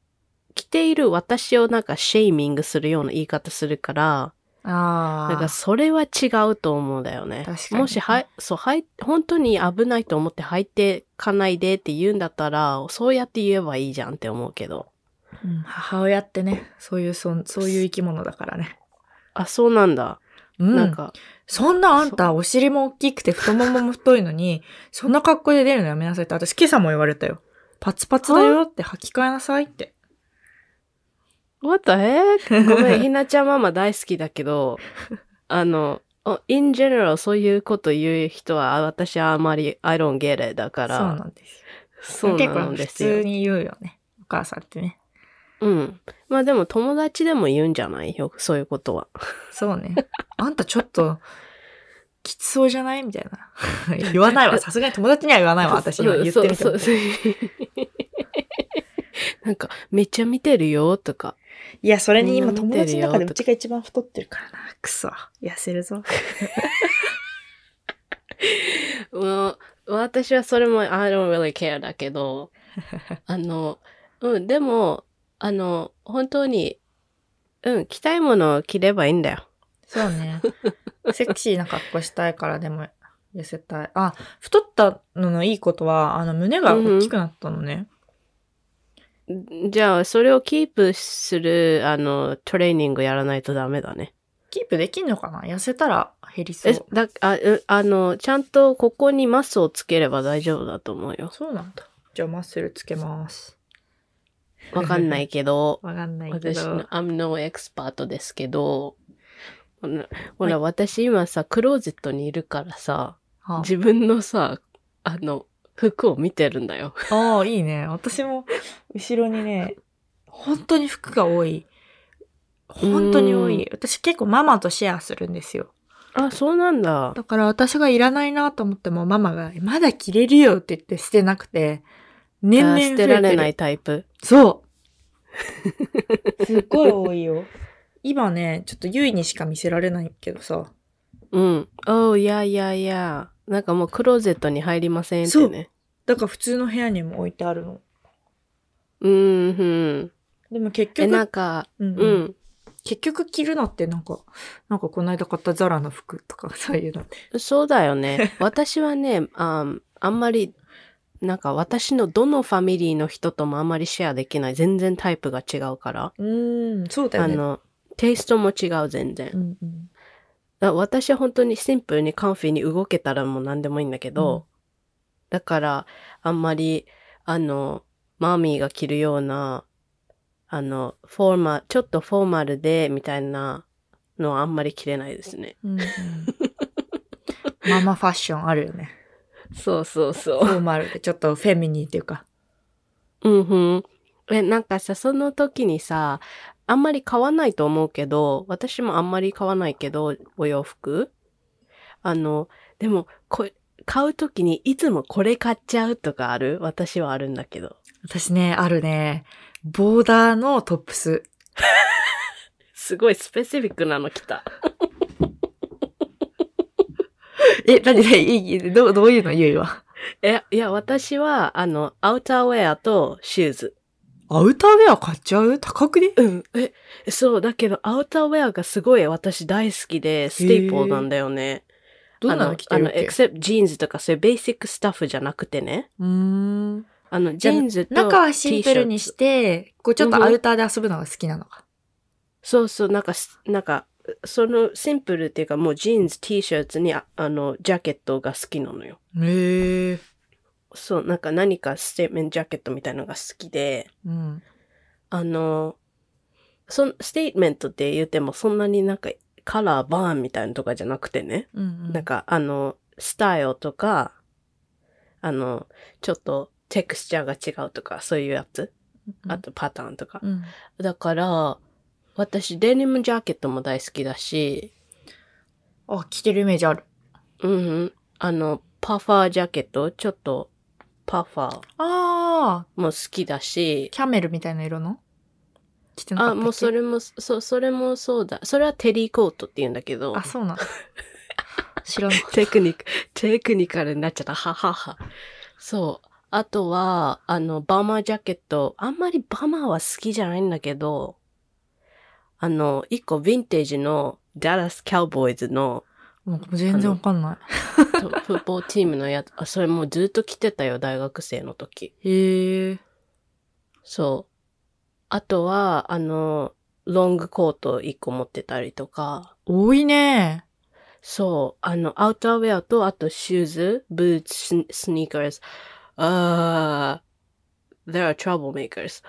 Speaker 1: 着ている私をなんかシェイミングするような言い方するから、
Speaker 2: あ
Speaker 1: なんかそれは違うと思うんだよね。
Speaker 2: 確かに
Speaker 1: もし、はい、そう、はい、本当に危ないと思って入ってかないでって言うんだったら、そうやって言えばいいじゃんって思うけど。
Speaker 2: うん、母親ってね、そういうそん、そういう生き物だからね。
Speaker 1: あ、そうなんだ。
Speaker 2: うん。
Speaker 1: なんか、
Speaker 2: そんなあんた、お尻も大きくて太ももも太いのに、そんな格好で出るのやめなさいって、私今朝も言われたよ。パツパツだよって履き替えなさいって。
Speaker 1: What the
Speaker 2: <laughs>
Speaker 1: heck? ごめん、ひなちゃんママ大好きだけど、あの、お in general そういうこと言う人は、あ私はあまり I don't get it だ
Speaker 2: そ
Speaker 1: か
Speaker 2: う
Speaker 1: ら。
Speaker 2: なんです
Speaker 1: そ
Speaker 2: よ。
Speaker 1: う
Speaker 2: 結
Speaker 1: な
Speaker 2: 構
Speaker 1: んで
Speaker 2: 普
Speaker 1: すよ。
Speaker 2: 通に言うよね。お母さんってね。
Speaker 1: うん。まあでも友達でも言うんじゃないよ、そういうことは。
Speaker 2: そうね。あんたちょっと、きつそうじゃないみたいな。 <laughs> 言わないわ。さすがに友達には言わないわ。私今言ってみて
Speaker 1: そう
Speaker 2: も
Speaker 1: そう。 <laughs> そうなんか、めっちゃ見てるよとか。
Speaker 2: いや、それに今
Speaker 1: みんな見
Speaker 2: 友
Speaker 1: てるよ
Speaker 2: 達の中でうちが一番太ってるからな。くそ。痩せるぞ。
Speaker 1: うん私はそれも I don't really care だけど、あの、うん、でも、あの、本当に、うん、着たいものを着ればいいんだよ。
Speaker 2: そうね。セクシーな格好したいからでも痩せたい。あ、太ったののいいことは、あの、胸が大きくなったのね。
Speaker 1: じゃあ、それをキープする、あの、トレーニングやらないとダメだね。
Speaker 2: キープできんのかな痩せたら減りそ
Speaker 1: え
Speaker 2: う。
Speaker 1: だあうあの、ちゃんとここにマスをつければ大丈夫だと思うよ。
Speaker 2: そうなんだ。じゃあマッスルつけます。
Speaker 1: わかんないけど。
Speaker 2: わかんないけ
Speaker 1: 私の
Speaker 2: ど。
Speaker 1: I'm no expert ですけど、ほら、ほら私今さ、クローゼットにいるからさ、
Speaker 2: あ
Speaker 1: 自分のさ、あの、服を見てるんだよ。
Speaker 2: ああ、いいね。私も、後ろにね、本当に服が多い。本当に多い。私結構ママとシェアするんですよ。
Speaker 1: あ、そうなんだ。
Speaker 2: だから私がいらないなと思ってもママが、まだ着れるよって言って捨てなくて、年々
Speaker 1: あ
Speaker 2: 増え
Speaker 1: 捨
Speaker 2: て
Speaker 1: て
Speaker 2: る
Speaker 1: られないタイプ。
Speaker 2: そう。すっごい多いよ。 <laughs> 今ね、ちょっとゆいにしか見せられないけどさ。
Speaker 1: うん。おう、いやいやいや。なんかもうクローゼットに入りませんってね。
Speaker 2: だから普通の部屋にも置いてあるの。
Speaker 1: うーん、うん。
Speaker 2: でも結
Speaker 1: え、
Speaker 2: 局、
Speaker 1: なんか、
Speaker 2: うん
Speaker 1: う
Speaker 2: うん
Speaker 1: ん。
Speaker 2: 結局着るのってなんか、なんかこの間買ったザラの服とかそういうの。
Speaker 1: そうだよ <laughs> ね。私はね、あんあんまり、なんか私のどのファミリーの人ともあんまりシェアできない。全然タイプが違うから。
Speaker 2: うーん、そうだよ
Speaker 1: あ
Speaker 2: ね。
Speaker 1: の、テイストも違う、全然。だか
Speaker 2: うんうん、
Speaker 1: ら私は本当にシンプルにカンフィーに動けたらもう何でもいいんだけど、だから、あんまり、あの、マーミーが着るような、あの、フォーマ、ちょっとフォーマルで、みたいなのはあんまり着れないですね。
Speaker 2: うんうんママファッションあるよね。
Speaker 1: そうそうそう
Speaker 2: フォーマルで、ちょっとフェミニーっていうか。
Speaker 1: うんふん。え、なんかさ、その時にさ、あんまり買わないと思うけど、私もあんまり買わないけど、お洋服あの、でも、こ買う時にいつもこれ買っちゃうとかある私はあるんだけど。
Speaker 2: 私ね、あるね。ボーダーのトップス。
Speaker 1: すごいスペシフィックなの来た。
Speaker 2: え、なになにどう、どういうのゆいは。
Speaker 1: え、いや、私は、あの、アウターウェアとシューズ。
Speaker 2: アウターウェア買っちゃう高くね
Speaker 1: うん。え、そう、だけど、アウターウェアがすごい私大好きで、ステイポーなんだよね。
Speaker 2: どんな
Speaker 1: あ
Speaker 2: の着てる
Speaker 1: あの、
Speaker 2: っけ
Speaker 1: except ジーンズとかそういうベーシックスタッフじゃなくてね。
Speaker 2: うーん。
Speaker 1: あの、ジ
Speaker 2: じゃあ
Speaker 1: ーンズと
Speaker 2: 中はシンプルに
Speaker 1: T シ
Speaker 2: し
Speaker 1: ャツ
Speaker 2: て、こうちょっ
Speaker 1: う
Speaker 2: と
Speaker 1: んうん
Speaker 2: アウターで遊ぶのが好きなのか。
Speaker 1: そうそう、なんかす、なんか、そのシンプルっていうかもうジーンズ、T シャツにああの、ジャケットが好きなのよ。
Speaker 2: へえ。
Speaker 1: そう、なんか何かステートメントジャケットみたいのが好きで、
Speaker 2: うん。
Speaker 1: あの、そんステートメントって言ってもそんなになんかカラーバーンみたいなとかじゃなくてね。
Speaker 2: うんうん。
Speaker 1: なんか、あの、スタイルとか、あの、ちょっとテクスチャーが違うとか、そういうやつ。
Speaker 2: うん
Speaker 1: あとパターンとか。
Speaker 2: うん。
Speaker 1: だから、私、デニムジャケットも大好きだし、
Speaker 2: あ、着てるイメージある。
Speaker 1: うんうん。あの、パファージャケット、ちょっと、パファー
Speaker 2: ああ、
Speaker 1: も好きだし、
Speaker 2: キャメルみたいな色の着てなかった
Speaker 1: あ、
Speaker 2: っけ
Speaker 1: もうそ。れも、そう、それもそうだ。それはテリーコートって言うんだけど
Speaker 2: あ、、そう <laughs> なんだ。知らなかっ
Speaker 1: テクニック、テクニカルになっちゃった。ははは。そう。あとは、あの、バマージャケット。あんまりバマーは好きじゃないんだけど、あの、一個ヴィンテージのダラス・カウボーイズの
Speaker 2: た。もう全然わかんな
Speaker 1: トフッボーチームのやつ、あ、それもうずっと着てたよ、大学生の時。
Speaker 2: い。へえ。
Speaker 1: そう。あとは、あの、ロングコート一個持ってたりとか、
Speaker 2: 多いね。
Speaker 1: そう。あの、アウターウェアと、あと、シューズ、ブーツ、ススニーカーズ。あー、there are troublemakers.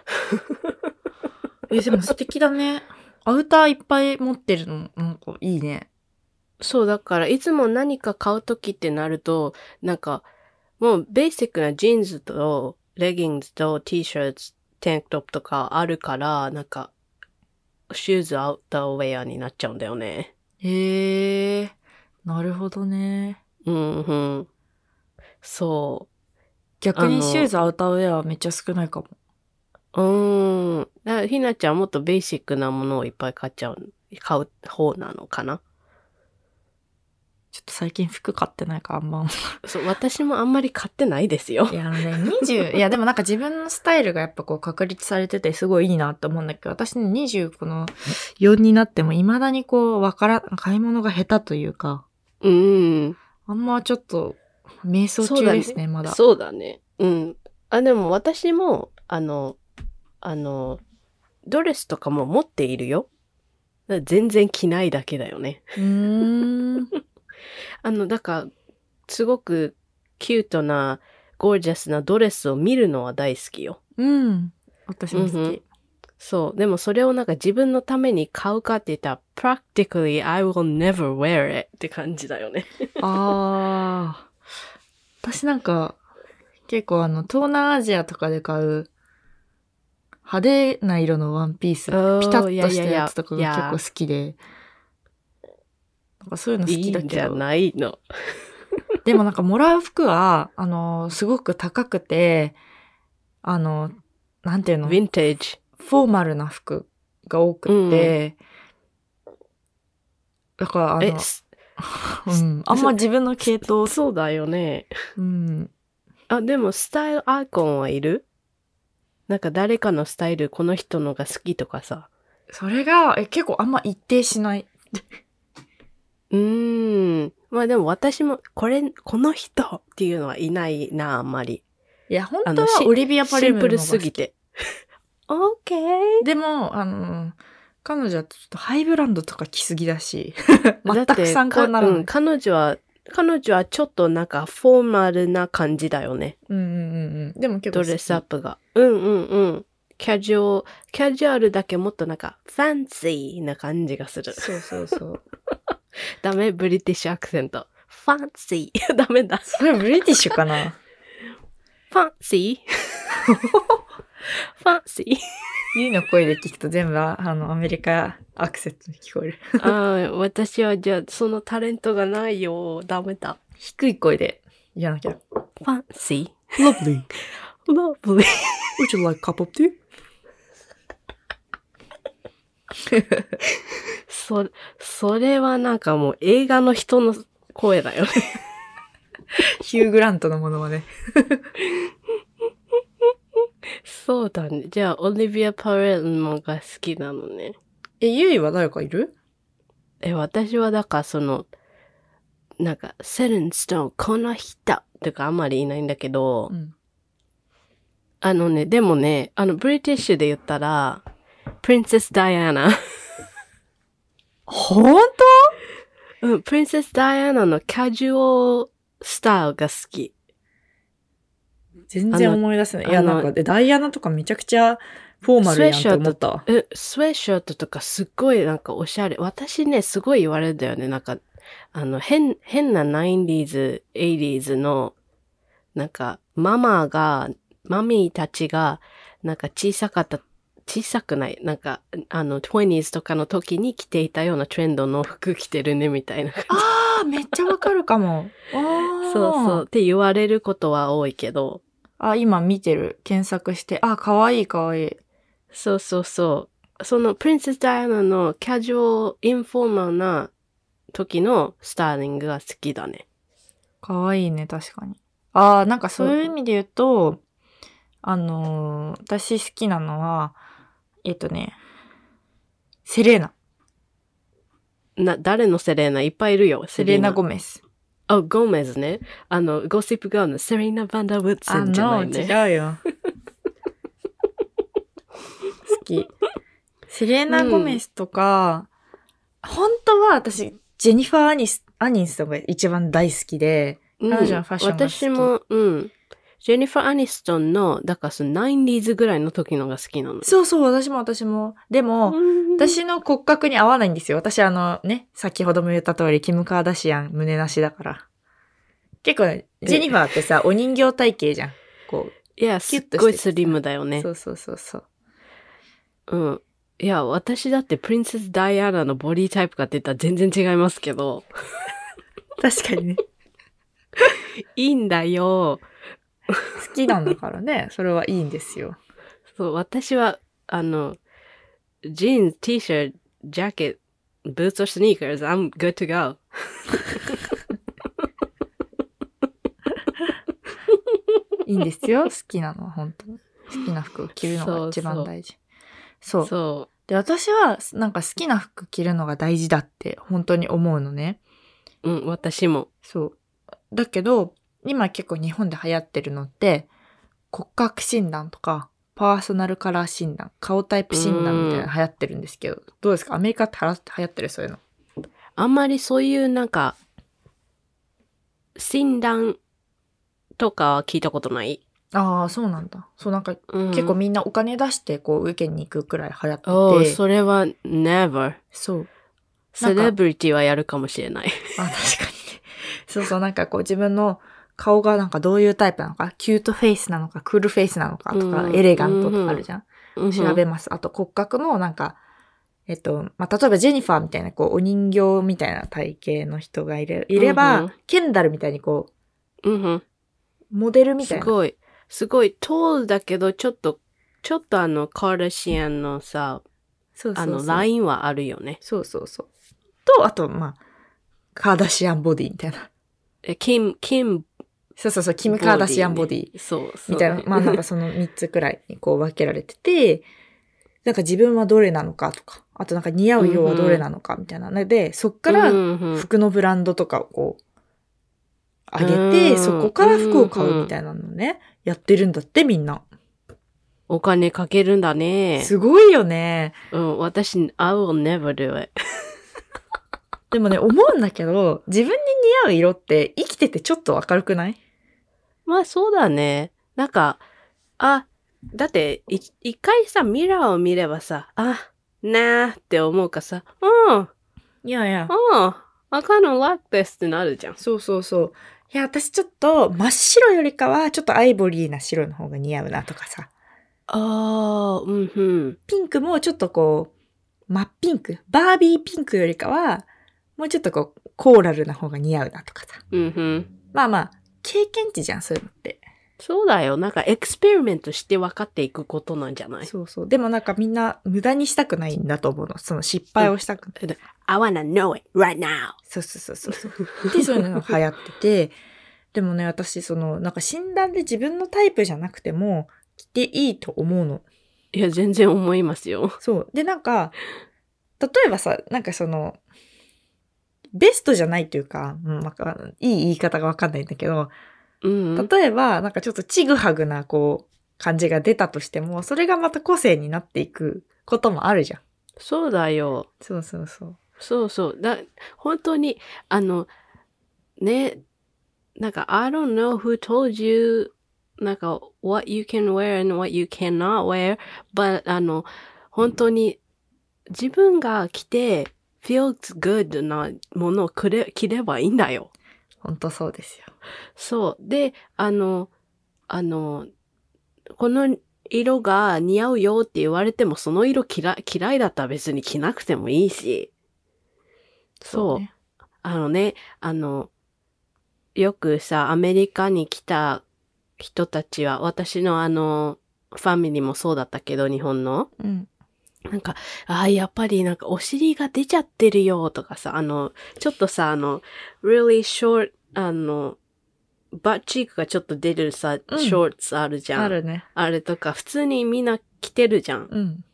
Speaker 2: え、でも素敵だね。アウターいっぱい持ってるの、なんかいいね。
Speaker 1: そう、だから、いつも何か買うときってなると、なんか、もう、ベーシックなジーンズと、レギングスと、T シャツ、テンクトップとかあるから、なんか、シューズ、アウターウェアになっちゃうんだよね。
Speaker 2: へえ。なるほどね。
Speaker 1: うん、うん。そう。
Speaker 2: 逆
Speaker 1: あ
Speaker 2: に
Speaker 1: の
Speaker 2: シューズ、アウターウェアはめっちゃ少ないかも。
Speaker 1: うーん。だからひなちゃんはもっとベーシックなものをいっぱい買っちゃう、買う方なのかな
Speaker 2: ちょっと最近服買ってないからあんま。
Speaker 1: そう、私もあんまり買ってないですよ
Speaker 2: い。や、あのね、20、いや、でもなんか自分のスタイルがやっぱこう確立されててすごいいいなって思うんだけど、私ね、20この4になっても未だにこう、わから、買い物が下手というか、
Speaker 1: うーん。
Speaker 2: あんまちょっと、瞑想
Speaker 1: そう
Speaker 2: 中
Speaker 1: だね
Speaker 2: ですね、まだ。
Speaker 1: そうだね。うん。あ、でも私も、あの、あの、ドレスとかも持っているよ。だから全然着ないだけだよね。
Speaker 2: うーん。
Speaker 1: あの、だから、すごくキュートな、ゴージャスなドレスを見るのは大好きよ。
Speaker 2: うん。私も好き。
Speaker 1: うんうんそう。でもそれをなんか自分のために買うかって言ったら、practically I will never wear it って感じだよね。
Speaker 2: ああ。私なんか、結構あの、東南アジアとかで買う、派手な色のワンピース、ピタ
Speaker 1: おー
Speaker 2: ッとしたやつとか
Speaker 1: いやいやい
Speaker 2: が
Speaker 1: や
Speaker 2: 結構好きで、なんかそういうの好
Speaker 1: いい
Speaker 2: きだ
Speaker 1: ん
Speaker 2: け
Speaker 1: じゃ
Speaker 2: ど、
Speaker 1: ないの。
Speaker 2: でもなんかもらう服は、あの、すごく高くて、あの、なんていう
Speaker 1: ヴ
Speaker 2: の、
Speaker 1: ィンテージ。
Speaker 2: フォーマルな服が多くて、だからあ
Speaker 1: え
Speaker 2: の、、うん、あんま自分の系統、
Speaker 1: そうだよね。
Speaker 2: うん、
Speaker 1: あ、でもスタイルアイコンはいるなんか誰かのスタイル、この人のが好きとかさ。
Speaker 2: それが、え、結構あんま一定しない。
Speaker 1: うーん。まあでも私も、これ、この人っていうのはいないな、あんまり。
Speaker 2: いや、本
Speaker 1: あの
Speaker 2: 当は
Speaker 1: シン
Speaker 2: オリビア・パ
Speaker 1: シ
Speaker 2: レ
Speaker 1: ン
Speaker 2: ム
Speaker 1: プ
Speaker 2: の方
Speaker 1: ル
Speaker 2: が
Speaker 1: すぎ
Speaker 2: <laughs>
Speaker 1: て。オーケー。
Speaker 2: でも、あの、彼女はちょっとハイブランドとか着す <laughs> ぎだし、全
Speaker 1: だっ
Speaker 2: く
Speaker 1: て
Speaker 2: 参考になら
Speaker 1: か
Speaker 2: な
Speaker 1: う
Speaker 2: い
Speaker 1: ん。彼女は、彼女はちょっとなんかフォーマルな感じだよね。
Speaker 2: うんうんうんうん。でも結
Speaker 1: ド
Speaker 2: 構好き
Speaker 1: レスアップが。うんうんうん。キャジュアル、キャジュアルだけもっとなんか、ファンシーな感じがする。
Speaker 2: そうそうそう。
Speaker 1: ダメ、ブリティッシュアクセント。ファンシー。 <laughs> ダメだ。
Speaker 2: それブリティッシュか <laughs> な
Speaker 1: ファンシー。 <laughs> ファンシ
Speaker 2: ゆいの声で聞くと全部、ああの、アメリカアクセントに聞こえる。
Speaker 1: ー。 <laughs> ああ、私はじゃあ、そのタレントがないよ。ダメだ。
Speaker 2: 低い声で言わなきゃ。
Speaker 1: ファンシ
Speaker 2: Lovely.
Speaker 1: ー。ロブリー。
Speaker 2: Would you like cup of <laughs> tea?
Speaker 1: そ、それはなんかもう映画の人の声だ <laughs> よね。
Speaker 2: ヒュー・グラントのものまね。
Speaker 1: そうだね。じゃあ、オリビア・パレルモが好きなのね。
Speaker 2: え、ゆいは誰かいる
Speaker 1: え、私はだからその、なんか、セレン・ストーン、この人とかあんまりいないんだけど、
Speaker 2: ん。
Speaker 1: あのね、でもね、あの、ブリティッシュで言ったら、プリンセス・ダイアナ。
Speaker 2: ほんと
Speaker 1: <laughs> うん、プリンセス・ダイアナのキャジュアルスタイルが好き。
Speaker 2: 全然思い出せない。いや、
Speaker 1: あの
Speaker 2: なんか、で、ダイアナとかめちゃくちゃフォーマルやんって思 <laughs> ったわ。
Speaker 1: え、スウェーシャートとかすっごいなんかおしゃれ。私ね、すごい言われるんだよね。なんか、あの、変、変な 90s、80s の、なんか、ママが、マミーたちが、なんか小さかった、小さくない、なんか、あの、20s とかの時に着ていたようなトレンドの服着てるね、みたいな感じ。
Speaker 2: ああ、めっちゃわかるか <laughs> も。ああ。
Speaker 1: そうそう。っ。て言われることは多いけど。
Speaker 2: あ、今見てる。検索して。あ、かわいいかわいい。
Speaker 1: そうそうそう。そのプリンセス・ダイアナのキャジュアル、インフォーマルな時のスタイリングが好きだね。
Speaker 2: かわいいね、確かに。ああ、なんかそういう意味で言うと、あのー私好きなのは、えっとね、セレーナ。
Speaker 1: な、誰のセレーナいっぱいいるよ。
Speaker 2: セレーナ・
Speaker 1: ゴ
Speaker 2: ゴメス。
Speaker 1: あ、ゴメズね。あの、ゴシップガールのセレーナ・バンダー・ウッ
Speaker 2: あ
Speaker 1: ズンじゃない
Speaker 2: の
Speaker 1: ね。
Speaker 2: 違うよ。好き。セレーナ・ゴメスとか、本当は私、ジェニファー・アニス、アニンスとか一番大好きで、
Speaker 1: うん
Speaker 2: 彼女のファッションが好き
Speaker 1: 私も、うん。ジェニファー・アニストンの、だからその 90s ぐらいの時のが好きなの。
Speaker 2: そうそう、私も私も。でも、
Speaker 1: うん、
Speaker 2: 私の骨格に合わないんですよ。私あのね、先ほども言った通り、キム・カーダシアン胸なしだから。結構、ジェニファーってさ、お人形体型じゃん。こ
Speaker 1: いや、す
Speaker 2: キュ
Speaker 1: っ
Speaker 2: ッとしてる
Speaker 1: ごいスリムだよ
Speaker 2: う。
Speaker 1: ね
Speaker 2: そ。うそうそうそう。
Speaker 1: うん。いや、私だってプリンセス・ダイアナのボディタイプかって言ったら全然違いますけど。
Speaker 2: 確かにね。
Speaker 1: いいんだよ。
Speaker 2: 好きなんだからね、それはいいんですよ。
Speaker 1: そう、私は、あの、ジーンズ、T シャツ、ジャケット、ブーツ、スニーカーズ、I'm good to go.
Speaker 2: いいんですよ。好きなのは本当に。好きな服を着るのが一番大事。そう
Speaker 1: そ
Speaker 2: で、私は、なんか好きな服着るのが大事だって、本当に思うのね。
Speaker 1: う。うん、私も。
Speaker 2: そう。だけど、今結構日本で流行ってるのって、骨格診断とか、パーソナルカラー診断、顔タイプ診断みたいなの流行ってるんですけど、どうですかアメリカってはら流行ってるそういうの。
Speaker 1: あんまりそういうなんか、診断とかは聞いたことない。
Speaker 2: ああ、そうなんだ。そう、なんか、
Speaker 1: うん、
Speaker 2: 結構みんなお金出して、こう、受けに行くくらい流行ってて。
Speaker 1: おーそれは never.
Speaker 2: そう。
Speaker 1: セレブリティはやるかもしれない。
Speaker 2: あ、確かにね。そうそう、なんかこう自分の顔がなんかどういうタイプなのか、キュートフェイスなのか、クールフェイスなのかとか、
Speaker 1: うん
Speaker 2: エレガントとかあるじゃん。調べ
Speaker 1: うん
Speaker 2: ます。あと骨格のなんか、えっと、まあ、例えばジェニファーみたいな、こう、お人形みたいな体型の人がいれいれば、
Speaker 1: うんうん
Speaker 2: ケンダルみたいにこ
Speaker 1: うんうん
Speaker 2: う、モデルみたいな。
Speaker 1: すごい。すごい、tall だけど、ちょっと、ちょっとあの、カーダシアンのさ、
Speaker 2: そうそう
Speaker 1: あ
Speaker 2: そう。
Speaker 1: の、ラインはあるよね。
Speaker 2: そうそうそう。と、あと、まあ、カーダシアンボディみたいな。
Speaker 1: え、キム、キム、
Speaker 2: そうそうそう、キム・カーダシアンボディ。
Speaker 1: ねそう、そう。
Speaker 2: みたいな、まあなんかその3つくらいにこう分けられてて、 <laughs> なんか自分はどれなのかとか、あとなんか似合う色はどれなのかみたいな。ので、そっから
Speaker 1: うんうん
Speaker 2: 服のブランドとかをこう、上げ
Speaker 1: う
Speaker 2: て、
Speaker 1: ん
Speaker 2: そこから服を買うみたいなのね、やってるんだってみんな。
Speaker 1: お金かけるんだね。
Speaker 2: すごいよね。
Speaker 1: うん、私、I will never do it. <laughs>
Speaker 2: でもね、思うんだけど、自分に似合う色って生きててちょっと明るくない
Speaker 1: まあ、そうだね。なんか、あ、だって、い一回さ、ミラーを見ればさ、あ、なーって思うかさ、うん、うん、
Speaker 2: いやいや。
Speaker 1: I kinda like this ってなるじゃん。
Speaker 2: そうそうそう。いや、私ちょっと真っ白よりかは、ちょっとアイボリーな白の方が似合うなとかさ。
Speaker 1: ああ、うん、うん。
Speaker 2: ピンクもちょっとこう、真っピンク、バービーピンクよりかは、もうちょっとこう、コーラルな方が似合うなとかさ。
Speaker 1: うん、うん。
Speaker 2: まあまあ、経験値じゃん、そういうのって。
Speaker 1: そうだよ。なんかエクスペリメントして分かっていくことなんじゃない
Speaker 2: そうそう。でもなんかみんな無駄にしたくないんだと思うの。その失敗をしたくない。
Speaker 1: ?I wanna know it right now.
Speaker 2: そうそうそう <laughs> そう。で、そういうのが流行ってて、でもね、私、その、なんか診断で自分のタイプじゃなくても、着ていいと思うの。
Speaker 1: いや、全然思いますよ。
Speaker 2: そう。で、なんか、例えばさ、なんかその、ベストじゃないというか、うんなんかいい言い方がわかんないんだけど、
Speaker 1: うん。
Speaker 2: 例えば、なんかちょっとちぐはぐな、こう、感じが出たとしても、それがまた個性になっていくこともあるじゃん。
Speaker 1: そうだよ。
Speaker 2: そうそうそう。
Speaker 1: そうそう。だ、本当に、あの、ね、なんか、I don't know who told you なんか、what you can wear and what you cannot wear, but, あの、本当に自分が着て feels good なものをくれ着ればいいんだよ。
Speaker 2: 本当そうですよ。
Speaker 1: そう。で、あの、あの、この色が似合うよって言われても、その色嫌い嫌いだったら別に着なくてもいいし。そう。
Speaker 2: ね
Speaker 1: あのね、あの、よくさ、アメリカに来た人たちは、私のあの、ファミリーもそうだったけど、日本の。
Speaker 2: うん。
Speaker 1: なんか、ああ、やっぱりなんかお尻が出ちゃってるよとかさ、あの、ちょっとさ、あの、really short, あの、バッチークがちょっと出るさ、
Speaker 2: うん
Speaker 1: ショーツあるじゃん。
Speaker 2: あるね。
Speaker 1: あれとか、普通にみんな着てるじゃん。
Speaker 2: うん。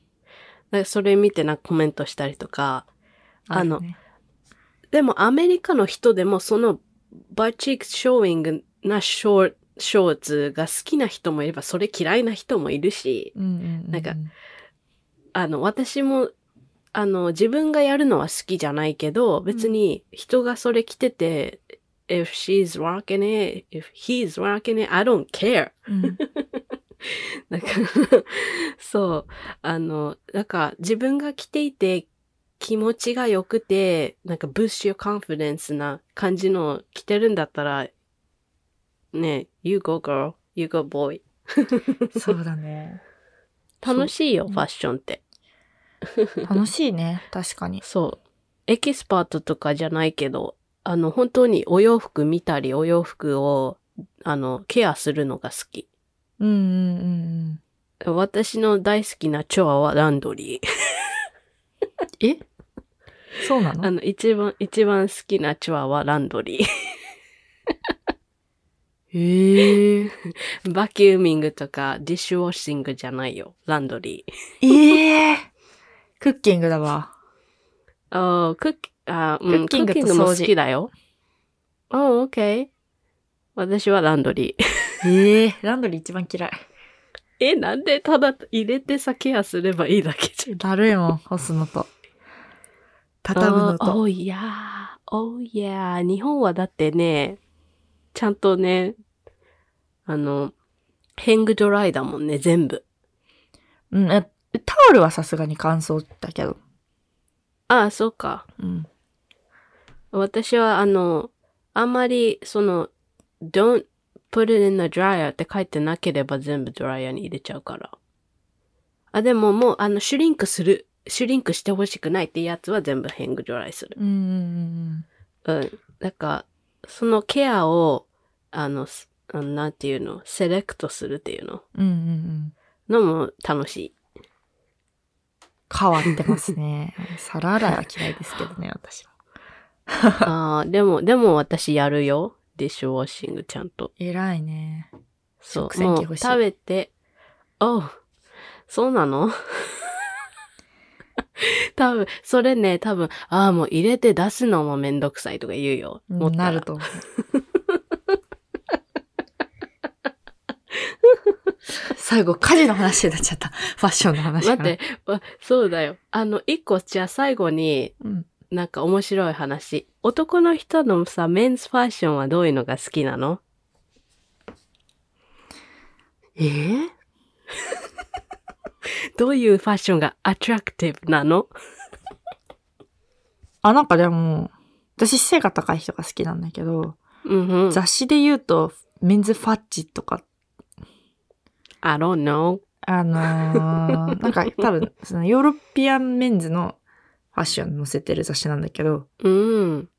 Speaker 1: でそれ見てなんかコメントしたりとか。あの
Speaker 2: るね
Speaker 1: でもアメリカの人でもそのバッチークショーイングなショー、ショーツが好きな人もいれば、それ嫌いな人もいるし、
Speaker 2: うんうんうんうん。
Speaker 1: なんかあの、私も、あの、自分がやるのは好きじゃないけど、別に人がそれ着てて、if she's rocking it, if he's rocking it, I don't care.
Speaker 2: うん。
Speaker 1: なんかそう。あの、なんか自分が着ていて気持ちが良くて、なんか boost your confidence な感じのを着てるんだったら、ね、you go girl, you go boy.
Speaker 2: そうだね。
Speaker 1: 楽しいよ、
Speaker 2: そう
Speaker 1: ファッションって。
Speaker 2: 楽しいね。確かに。
Speaker 1: そう。エキスパートとかじゃないけど、あの、本当にお洋服見たり、お洋服を、あの、ケアするのが好き。
Speaker 2: うんうんうんうん。
Speaker 1: 私の大好きなチョアはランドリー。
Speaker 2: えそうな
Speaker 1: あ
Speaker 2: の
Speaker 1: の、一番、一番好きなチョアはランドリ
Speaker 2: ええ。
Speaker 1: ー。 <laughs> バキューミングとか、ディッシュウォッシングじゃないよ。ランドリー。
Speaker 2: ええ。クッキングだわ。
Speaker 1: あークッキあー、うん、
Speaker 2: クッキングと
Speaker 1: クッも
Speaker 2: 掃
Speaker 1: 好
Speaker 2: 除
Speaker 1: きだよ。おー、オッケー。私はランドリー。 <laughs>
Speaker 2: ええ。ランドリー一番嫌い。
Speaker 1: え、なんでただ入れてさ、ケアすればいいだけじゃん。
Speaker 2: だるいもん、干すのと。畳むの
Speaker 1: あー
Speaker 2: と。
Speaker 1: おいやー、おいやー。日本はだってね、ちゃんとね、あの、ヘングドライだもんね、全部。
Speaker 2: うん、えタオルはさすがに乾燥だけど。
Speaker 1: ああ、そうか。
Speaker 2: うん。
Speaker 1: 私はあの、あんまり、その、don't put it in the dryer って書いてなければ全部ドライヤーに入れちゃうから。あ、でももう、あの、シュリンクする。シュリンクしてほしくないってやつは全部ヘングドライする。
Speaker 2: うんう
Speaker 1: う
Speaker 2: ん
Speaker 1: ん。なんか、そのケアを、あの、すあのなんていうの、セレクトするっていうの、
Speaker 2: うん。うんうんうん。
Speaker 1: のも楽し
Speaker 2: <laughs>
Speaker 1: い。
Speaker 2: 変わってます <laughs> ね。皿洗いは嫌いですけどね、私は。
Speaker 1: ああ、でも、でも私やるよ。ディッシュウォッシングちゃんと。
Speaker 2: 偉いね。
Speaker 1: そ
Speaker 2: 食
Speaker 1: う。
Speaker 2: 洗機
Speaker 1: もう
Speaker 2: 欲しい
Speaker 1: 食べて、おう、そうな
Speaker 2: <laughs>
Speaker 1: の多分、それね、多分、ああ、もう入れて出すのもめんどくさいとか言うよ。
Speaker 2: うん
Speaker 1: 持った
Speaker 2: な
Speaker 1: ら
Speaker 2: ると思う。 <laughs> 最後、家事の話になっちゃった。ファッションの話か
Speaker 1: 待
Speaker 2: な
Speaker 1: って、わそうだよ。あの、一個、じゃあ最後に、
Speaker 2: うん。
Speaker 1: なんか面白い話。男の人のさ、メンズファッションはどういうのが好きなの
Speaker 2: えー
Speaker 1: どういうファッションがアトラクティブなの
Speaker 2: あ、なんかでも、私背が高い人が好きなんだけど、
Speaker 1: うんうん。
Speaker 2: 雑誌で言うと、メンズファッジとか
Speaker 1: I don't know.
Speaker 2: あの
Speaker 1: <laughs>
Speaker 2: ーなんか多分、そのヨーロピアンメンズのファッション載せてる雑誌なんだけど、
Speaker 1: うん。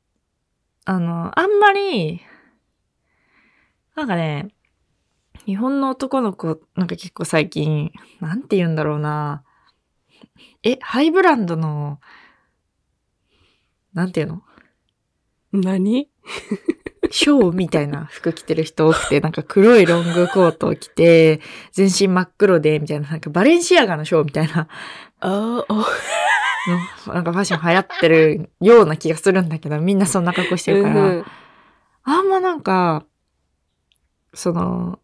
Speaker 2: あのあんまり、なんかね、日本の男の子、なんか結構最近、なんて言うんだろうな。え、ハイブランドの、なんていうの
Speaker 1: 何
Speaker 2: ショーみたいな服着てる人多くて、なんか黒いロングコートを着て、全身真っ黒で、みたいな、なんかバレンシアガのショーみたいな
Speaker 1: ああ、
Speaker 2: の、 <laughs> なんかファッション流行ってるような気がするんだけど、みんなそんな格好してるから、
Speaker 1: うんうん
Speaker 2: あんまなんか、その、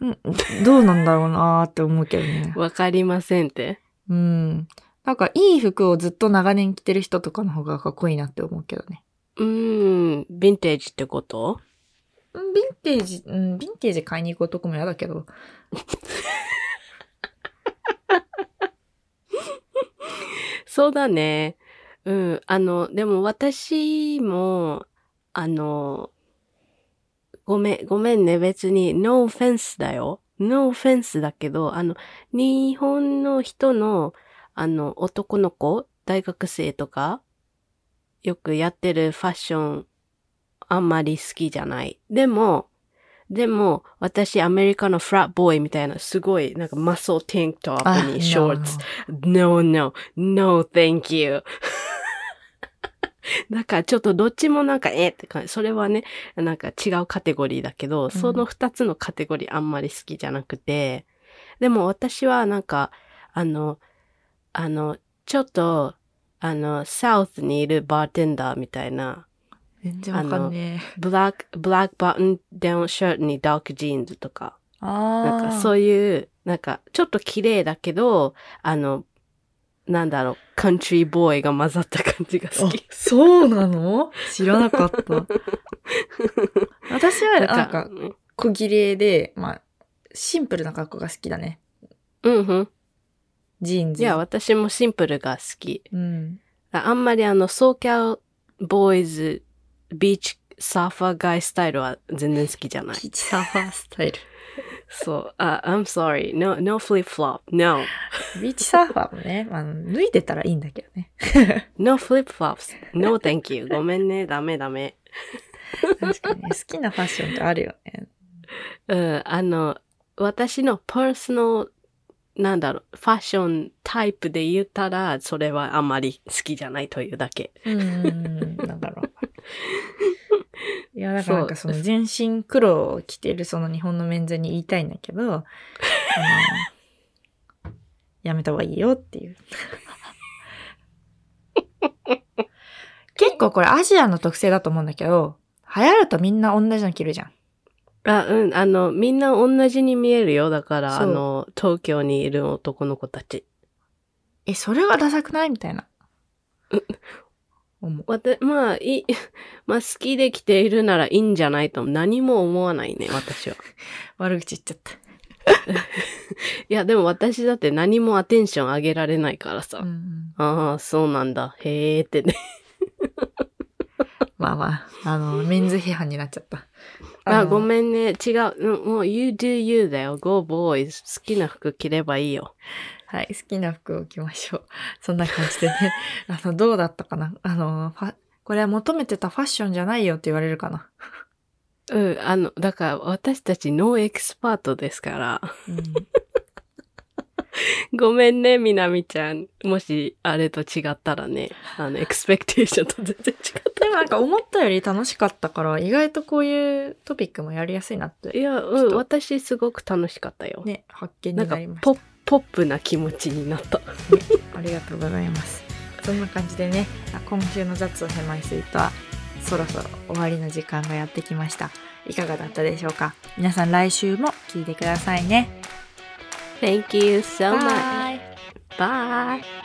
Speaker 2: うんどうなんだろうなーって思うけどね。
Speaker 1: わかりませんって。
Speaker 2: うん。なんかいい服をずっと長年着てる人とかの方がかっこいいなって思うけどね。
Speaker 1: うん。ヴィンテージってこと
Speaker 2: ヴィンテージ、うん、ヴィンテージ買いに行く男も嫌だけど。
Speaker 1: <laughs> そうだね。うん。あの、でも私も、あの、ごめん、ごめんね。別に、no offense だよ。no offense だけど、あの、日本の人の、あの、男の子、大学生とか、よくやってるファッション、あんまり好きじゃない。でも、でも、私、アメリカのフラッボーイみたいな、すごい、なんか、マッソティンクトップにショーツ。No, no, no, thank you. <laughs> なんかちょっとどっちもなんかえって感じ。それはね、なんか違うカテゴリーだけど、その二つのカテゴリーあんまり好きじゃなくて、でも私はなんか、あの、あの、ちょっと、あの、サウスにいるバーテンダーみたいな、
Speaker 2: 全然わかんねえ。
Speaker 1: ブラック、ブラックバトンダウンシャツにダークジーンズとか、
Speaker 2: あ
Speaker 1: なんかそういう、なんかちょっと綺麗だけど、あの、なんだろう、カントリーボーイが混ざった感じが好き。
Speaker 2: あそうなの知らなか <laughs> った。私はなんか
Speaker 1: うん
Speaker 2: 小綺麗で、まあ、シンプルな格好が好きだね。
Speaker 1: うん。
Speaker 2: ジーンズ。
Speaker 1: いや、私もシンプルが好き。
Speaker 2: うん。
Speaker 1: あんまりあの、ソーキャルボーイズ、ビーチサーファーガイスタイルは全然好きじゃない。
Speaker 2: キッチサーファースタイル。
Speaker 1: そう。あ、I'm sorry. No, no flip flop. No.
Speaker 2: ビーチサーファーもね、まあ、脱いでたらいいんだけどね。
Speaker 1: No flip flops. No thank you. ごめんね。ダメダメ。
Speaker 2: 確かにね、好きなファッションってあるよね。
Speaker 1: うん、あの、私のパーソナル、なんだろう、ファッションタイプで言ったら、それはあんまり好きじゃないというだけ。
Speaker 2: うん、なんだろう。いや、だか
Speaker 1: そう
Speaker 2: らなんかその全身黒を着てるその日本のメンズに言いたいんだけど、あのやめた方がいいよって <laughs> いう。結構これアジアの特性だと思うんだけど、流行るとみんな同じの着るじゃん。
Speaker 1: あ、うん、あの、みんな同じに見えるよ。だから、あ
Speaker 2: そう
Speaker 1: の、東京にいる男の子たち。
Speaker 2: え、それはダサくないみたいな。思う。
Speaker 1: わた、まあ、いい、 <laughs> まあ、好きで来ているならいいんじゃないと、何も思わないね、私は。
Speaker 2: 悪口言っちゃった。
Speaker 1: いや、でも私だって何もアテンション上げられないからさ。
Speaker 2: うんうん
Speaker 1: ああ、そうなんだ。へえってね。
Speaker 2: まあまあ、あの、メンズ批判になっちゃった。
Speaker 1: あ
Speaker 2: の
Speaker 1: ごめんね。違う。うんもう、you do you だよ。go boys. 好きな服着ればいいよ。
Speaker 2: はい、好きな服を着ましょう。 <laughs> そんな感じでね。 <laughs> あの、どうだったかなあの、ファこれは求めてたファッションじゃないよって言われるかな。
Speaker 1: うん、あの、だから私たちノーエキスパートですから。
Speaker 2: <laughs> うん、
Speaker 1: ごめんね、みなみちゃん。もし、あれと違ったらね。あ <laughs> の、エクスペクテーションと全然違った。
Speaker 2: でもなんか思ったより楽しかったから、意外とこういうトピックもやりやすいなっ
Speaker 1: い
Speaker 2: て、
Speaker 1: や、
Speaker 2: ちょ
Speaker 1: う
Speaker 2: っ
Speaker 1: ん、
Speaker 2: と
Speaker 1: 私すごく楽しかったよ。
Speaker 2: ね、発見
Speaker 1: な
Speaker 2: に
Speaker 1: んか
Speaker 2: なりました。
Speaker 1: ポポップな気持ちになった。
Speaker 2: ありがとうございます。そんな感じでね、あ今週の雑を狭いスイートは、そろそろ終わりの時間がやってきました。いかがだったでしょうか皆さん来週も聞いてくださいね。
Speaker 1: Thank you so much.
Speaker 2: Bye.
Speaker 1: Bye.